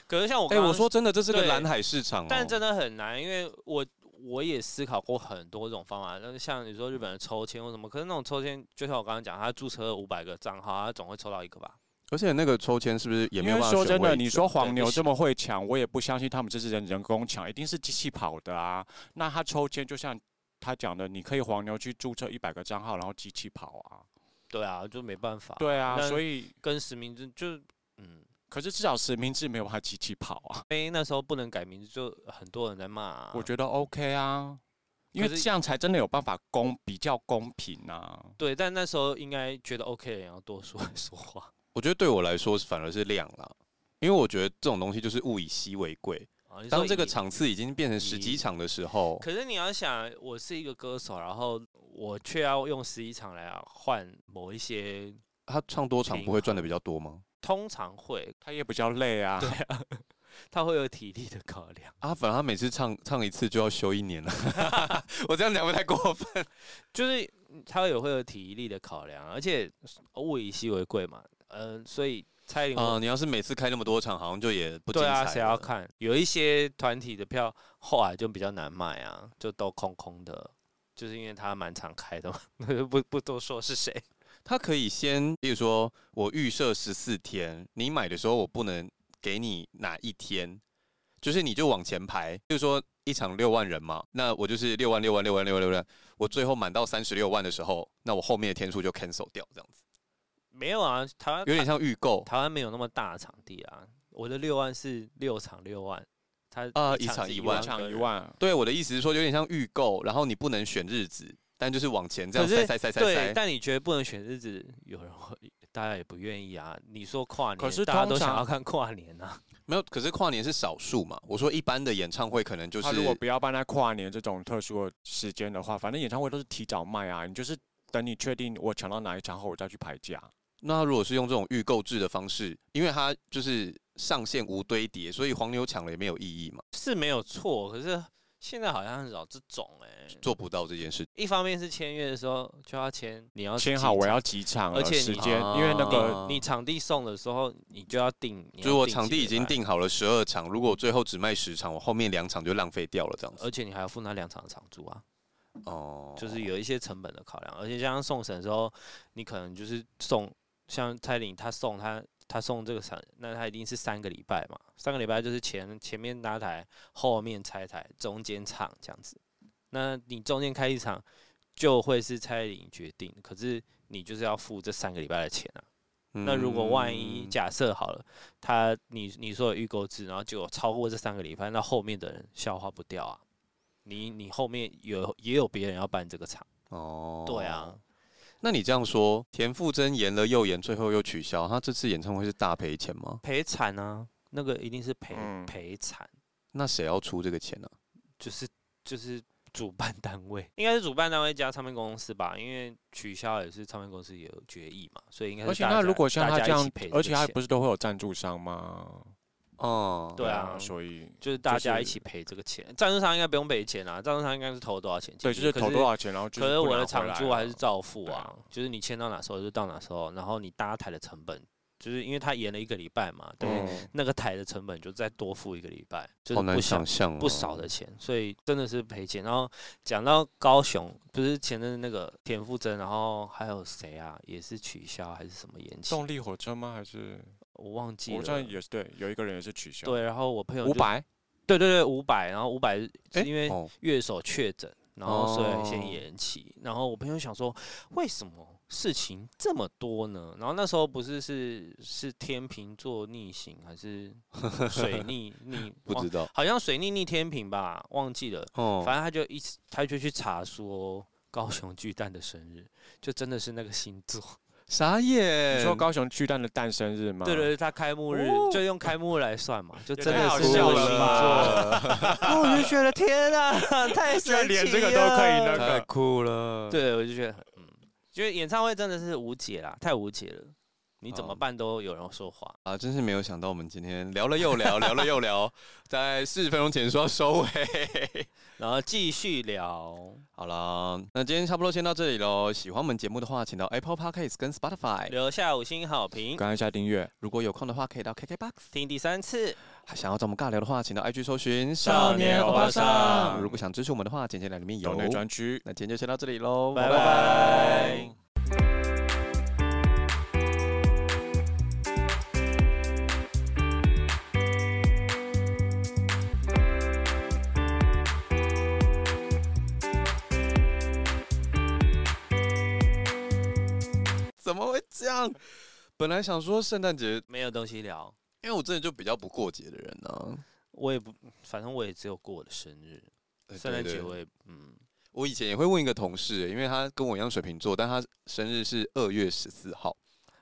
[SPEAKER 2] 可是像我
[SPEAKER 3] 哎、
[SPEAKER 2] 刚刚
[SPEAKER 3] 我说真的，这是个
[SPEAKER 2] 对
[SPEAKER 3] 蓝海市场、哦。
[SPEAKER 2] 但真的很难，因为我我也思考过很多种方法，但是像你说日本的抽签或什么，可是那种抽签，就像我刚刚讲，他注册五百个账号，他总会抽到一个吧？
[SPEAKER 3] 而且那个抽签是不是也没有
[SPEAKER 4] 因
[SPEAKER 3] 办
[SPEAKER 4] 为
[SPEAKER 3] 法
[SPEAKER 4] 说
[SPEAKER 3] 选
[SPEAKER 4] 真的，
[SPEAKER 3] 位
[SPEAKER 4] 你
[SPEAKER 3] 置
[SPEAKER 4] 说黄
[SPEAKER 2] 对
[SPEAKER 4] 牛
[SPEAKER 2] 不
[SPEAKER 4] 这么会抢，我也不相信他们这是人人工抢，一定是机器跑的啊。那他抽签就像他讲的，你可以黄牛去注册一百个账号，然后机器跑啊。
[SPEAKER 2] 对啊，就没办法。，
[SPEAKER 4] 对啊，
[SPEAKER 2] 那
[SPEAKER 4] 所以
[SPEAKER 2] 跟实名制就嗯，
[SPEAKER 4] 可是至少实名制没有办法机器跑啊。
[SPEAKER 2] 因为那时候不能改名字，就很多人在骂、啊。
[SPEAKER 4] 我觉得 OK 啊，因为
[SPEAKER 2] 可是
[SPEAKER 4] 这样才真的有办法公比较公平啊。
[SPEAKER 2] 对，但那时候应该觉得 OK 的人要多说说话
[SPEAKER 3] 我觉得对我来说反而是量啦，因为我觉得这种东西就是物以稀为贵。
[SPEAKER 2] 啊。你说
[SPEAKER 3] 当这个
[SPEAKER 2] 以
[SPEAKER 3] 场次已经变成十几场的时候，
[SPEAKER 2] 可是你要想，我是一个歌手，然后我却要用十一场来啊换某一些，
[SPEAKER 3] 他唱多场不会赚的比较多吗？
[SPEAKER 2] 通常会
[SPEAKER 4] 他也比较累
[SPEAKER 2] (laughs)
[SPEAKER 4] 啊。
[SPEAKER 2] 他会有体力的考量。 (laughs)
[SPEAKER 3] 啊，反正他每次唱唱一次就要休一年了。我这样讲会太过分。
[SPEAKER 2] 就是嗯他也会有体力的考量，啊而且物以稀为贵嘛，嗯、所以蔡依林
[SPEAKER 3] 啊、
[SPEAKER 2] 我、
[SPEAKER 3] 你要是每次开那么多场，好像就也不精
[SPEAKER 2] 对
[SPEAKER 3] 彩
[SPEAKER 2] 啊，
[SPEAKER 3] 了
[SPEAKER 2] 谁要？看？有一些团体的票后来就比较难卖啊，就都空空的，就是因为他蛮常开的嘛， (laughs) 那就不不多说是谁。
[SPEAKER 3] 他可以先，比如说我预设十四天，你买的时候我不能给你哪一天，就是你就往前排，就是说一场六万人嘛，那我就是六万六万六万六万六万，我最后满到三十六万的时候，那我后面的天数就 cancel 掉，这样子，
[SPEAKER 2] 没有啊，台湾
[SPEAKER 3] 有点像预购
[SPEAKER 2] 台湾没有那么大的场地啊。我的六万是六场六万，他
[SPEAKER 3] 啊，
[SPEAKER 2] 一
[SPEAKER 3] 一
[SPEAKER 2] 场
[SPEAKER 3] 场
[SPEAKER 2] 是
[SPEAKER 3] 一
[SPEAKER 2] 一万
[SPEAKER 3] 万
[SPEAKER 4] 一。场一
[SPEAKER 2] 个
[SPEAKER 4] 万，
[SPEAKER 3] 对，我的意思是说，有点像预购，然后你不能选日子，但就是往前这样
[SPEAKER 2] 可是
[SPEAKER 3] 塞塞塞塞
[SPEAKER 2] 对，
[SPEAKER 3] 塞。
[SPEAKER 2] 但你觉得不能选日子，有人会大家也不愿意啊。你说跨年，
[SPEAKER 4] 可是
[SPEAKER 2] 大家都
[SPEAKER 4] 通常
[SPEAKER 2] 想要看跨年啊。 (laughs)
[SPEAKER 3] 没有，可是跨年是少数嘛。我说一般的演唱会可能就是
[SPEAKER 4] 他如果不要办在跨年这种特殊的时间的话，反正演唱会都是提早卖啊，你就是等你确定我抢到哪一场后，我再去排价。
[SPEAKER 3] 那如果是用这种预购制的方式，因为它就是上限无堆叠，所以黄牛抢了也没有意义嘛，
[SPEAKER 2] 是没有错，可是现在好像很少这种哎、
[SPEAKER 3] 做不到这件事。
[SPEAKER 2] 一方面是签约的时候就要签，你要
[SPEAKER 4] 签
[SPEAKER 2] 记
[SPEAKER 4] 好
[SPEAKER 2] 哦
[SPEAKER 4] 我
[SPEAKER 2] 场
[SPEAKER 4] 要几场了，
[SPEAKER 2] 而且你哦
[SPEAKER 4] 时间，因为那个
[SPEAKER 3] 啊
[SPEAKER 2] 你场地送的时候，你就要定。你要
[SPEAKER 3] 就是我
[SPEAKER 2] 定
[SPEAKER 3] 场地
[SPEAKER 2] 几
[SPEAKER 3] 已经
[SPEAKER 2] 个礼
[SPEAKER 3] 定好了十二场，如果我最后只卖十场，我后面两场就浪费掉了这样
[SPEAKER 2] 拜，
[SPEAKER 3] 子。
[SPEAKER 2] 而且你还要付那两场的场租啊，
[SPEAKER 3] 哦，
[SPEAKER 2] 就是有一些成本的考量，而且加上送审的时候，你可能就是送，像蔡玲她送她她送这个场，那她一定是三个礼拜嘛，三个礼拜就是前前面搭台，后面拆台，中间唱这样子。那你中间开一场，就会是蔡依林决定，可是你就是要付这三个礼拜的钱啊。那如果万一
[SPEAKER 3] 嗯
[SPEAKER 2] 假设好了，他你你说有预购制，然后就超过这三个礼拜，那后面的人消化不掉啊。你你后面有也有别人要办这个场，
[SPEAKER 3] 哦，
[SPEAKER 2] 对啊，，
[SPEAKER 3] 那你这样说，田馥甄延了又延，最后又取消，他这次演唱会是大赔钱吗？
[SPEAKER 2] 赔惨啊，那个一定是赔
[SPEAKER 4] 嗯
[SPEAKER 2] 赔惨，
[SPEAKER 3] 那谁要出这个钱呢、啊
[SPEAKER 2] 就是就是主办单位，应该是主办单位加唱片公司吧，因为取消也是唱片公司也有决议嘛，所以应该是
[SPEAKER 4] 而且
[SPEAKER 2] 大家
[SPEAKER 4] 那如果像
[SPEAKER 2] 大
[SPEAKER 4] 他
[SPEAKER 2] 家
[SPEAKER 4] 这
[SPEAKER 2] 一
[SPEAKER 4] 样
[SPEAKER 2] 起赔，这
[SPEAKER 4] 而
[SPEAKER 2] 个
[SPEAKER 4] 且他
[SPEAKER 2] 钱
[SPEAKER 4] 不是都会有赞助商吗？
[SPEAKER 3] 哦，
[SPEAKER 2] 对啊
[SPEAKER 4] 所以
[SPEAKER 2] 就是大
[SPEAKER 4] 就
[SPEAKER 2] 家一
[SPEAKER 4] 是
[SPEAKER 2] 起赔这个钱，赞助商应该不用赔钱啊，赞助商应该是投多少钱进
[SPEAKER 4] 对，
[SPEAKER 2] 去？
[SPEAKER 4] 就是
[SPEAKER 2] 可
[SPEAKER 4] 投多少钱，然后就
[SPEAKER 2] 可是
[SPEAKER 4] 不
[SPEAKER 2] 我
[SPEAKER 4] 拿
[SPEAKER 2] 的
[SPEAKER 4] 回
[SPEAKER 2] 场
[SPEAKER 4] 来
[SPEAKER 2] 租还是
[SPEAKER 4] 了
[SPEAKER 2] 照付
[SPEAKER 4] 对
[SPEAKER 2] 啊，就是你签到哪时候就到哪时候，然后你搭台的成本，就是因为他延了一个礼拜嘛，对不对，
[SPEAKER 4] 嗯
[SPEAKER 2] 那个台的成本就再多付一个礼拜，就
[SPEAKER 3] 好
[SPEAKER 2] 是
[SPEAKER 3] 难
[SPEAKER 2] 不小
[SPEAKER 3] 想象、哦，
[SPEAKER 2] 不少的钱，所以真的是赔钱。然后讲到高雄，不是前阵子那个田馥甄，然后还有谁啊，也是取消还是什么延期，
[SPEAKER 4] 动力火车吗？还是
[SPEAKER 2] 我忘记
[SPEAKER 4] 我这
[SPEAKER 2] 了。
[SPEAKER 4] 也是对，有一个人也是取消，
[SPEAKER 2] 对，然后我朋友
[SPEAKER 4] 五
[SPEAKER 2] 就，
[SPEAKER 4] 百，
[SPEAKER 2] 对对对，五百，然后五百是
[SPEAKER 3] 诶
[SPEAKER 2] 因为
[SPEAKER 3] 哦，
[SPEAKER 2] 乐手确诊，然后所以
[SPEAKER 3] 哦
[SPEAKER 2] 先延期。然后我朋友想说，为什么事情这么多呢？然后那时候不是是是天平座逆行还是水
[SPEAKER 3] (laughs)
[SPEAKER 2] 逆逆？
[SPEAKER 3] 不
[SPEAKER 2] 忘
[SPEAKER 3] 知道
[SPEAKER 2] 好像水逆逆天平吧，忘记了。
[SPEAKER 3] 哦，
[SPEAKER 2] 反正他就一直他就去查说高雄巨蛋的生日， (laughs) 就真的是那个星
[SPEAKER 4] (laughs)
[SPEAKER 2] 座。
[SPEAKER 3] 傻眼。
[SPEAKER 4] 你说高雄巨蛋的诞生日吗？
[SPEAKER 2] 对对对，他开幕日
[SPEAKER 4] 哦
[SPEAKER 2] 就用开幕日来算嘛，就
[SPEAKER 4] 也
[SPEAKER 2] 真的
[SPEAKER 4] 太好
[SPEAKER 2] 是那
[SPEAKER 4] 笑
[SPEAKER 2] 个
[SPEAKER 4] 了
[SPEAKER 2] 星
[SPEAKER 4] 吧
[SPEAKER 2] 座。 (laughs)
[SPEAKER 4] (laughs)
[SPEAKER 2] 然后我就觉得天啊， (laughs) 太
[SPEAKER 4] 居
[SPEAKER 2] 神
[SPEAKER 4] 然
[SPEAKER 2] 奇
[SPEAKER 4] 连这个都可以
[SPEAKER 2] 了
[SPEAKER 4] 那
[SPEAKER 3] 太
[SPEAKER 4] 个
[SPEAKER 3] 酷 (laughs) 了，，
[SPEAKER 2] 对，我就觉得很，嗯，觉得演唱会真的是无解啦，太无解了。你怎么
[SPEAKER 3] 好
[SPEAKER 2] 办都有人说话，
[SPEAKER 3] 啊，真是没有想到我们今天聊了又聊，聊了又聊，在四十分钟前说要收尾。 (laughs)
[SPEAKER 2] 然后继续聊
[SPEAKER 3] 好啦，那今天差不多先到这里喽。喜欢我们节目的话，请到 Apple Podcast 跟 Spotify。
[SPEAKER 2] 留下五星好评，
[SPEAKER 4] 刚一下订阅。
[SPEAKER 3] 如果有空的话，可以到 KKBox。
[SPEAKER 2] 听第三次。
[SPEAKER 3] 还想要找我们尬聊的话，请到 IG 搜寻
[SPEAKER 2] 少年欧巴桑
[SPEAKER 3] 如果想支持我们的话，简介栏里面有
[SPEAKER 4] 岛。内专区。
[SPEAKER 3] 那今天就先到这里喽，
[SPEAKER 2] 拜拜
[SPEAKER 3] 怎么会这样？本来想说圣诞节，
[SPEAKER 2] 没有东西聊，
[SPEAKER 3] 因为我真的就比较不过节的人呢、
[SPEAKER 2] 我也不，反正我也只有过我的生日，
[SPEAKER 3] 呃
[SPEAKER 2] 圣诞
[SPEAKER 3] 对
[SPEAKER 2] 节
[SPEAKER 3] 对
[SPEAKER 2] 我也嗯，
[SPEAKER 3] 我以前也会问一个同事，因为他跟我一样水瓶座，但他生日是二月十四号。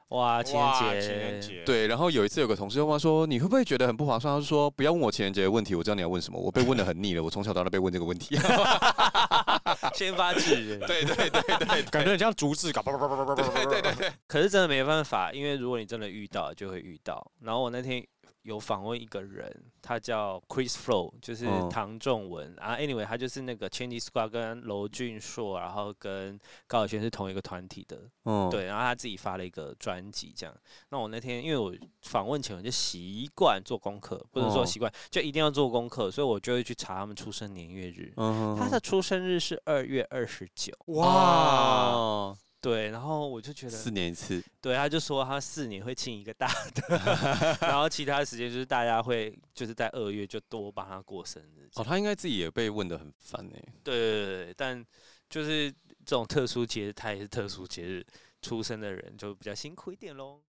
[SPEAKER 2] 哇，啊情
[SPEAKER 4] 哇
[SPEAKER 2] 人
[SPEAKER 4] 情人
[SPEAKER 2] 节，
[SPEAKER 4] 节，
[SPEAKER 3] 对，然后有一次有个同事就问他说：“你会不会觉得很不划算？”他就说：“不要问我情人节的问题，我知道你要问什么。我被问的很腻了，我从小到大被问这个问题。
[SPEAKER 2] (laughs) 先发制人。
[SPEAKER 3] (laughs) 对”对对对对
[SPEAKER 4] 感觉很像竹子，搞叭叭叭叭叭叭叭叭叭。
[SPEAKER 2] 可是真的没办法，因为如果你真的遇到，就会遇到。然后我那天有访问一个人，他叫 Chris Flow，就是
[SPEAKER 3] 嗯
[SPEAKER 2] 唐仲文、啊。Anyway，他就是那个 Change Squad 跟娄俊硕，然后跟高晓轩是同一个团体的。
[SPEAKER 3] 嗯，
[SPEAKER 2] 对，然后他自己发了一个专辑这样。那我那天因为我访问前我就习惯做功课，不能说
[SPEAKER 3] 哦
[SPEAKER 2] 习惯，就一定要做功课，所以我就会去查他们出生年月日。
[SPEAKER 3] 嗯
[SPEAKER 2] 他的出生日是二月二十九，
[SPEAKER 4] 哇，
[SPEAKER 3] 哦
[SPEAKER 2] 对，然后我就觉
[SPEAKER 3] 四
[SPEAKER 2] 得，
[SPEAKER 3] 年一次，
[SPEAKER 2] 对，他就说他四年会请一个大的，
[SPEAKER 3] (laughs)
[SPEAKER 2] 然后其他时间就是大家会就是在二月就多帮他过生日。
[SPEAKER 3] 哦，他应该自己也被问的很烦哎、
[SPEAKER 2] 对对对对，但就是这种特殊节日，他也是特殊节日出生的人，就比较辛苦一点喽。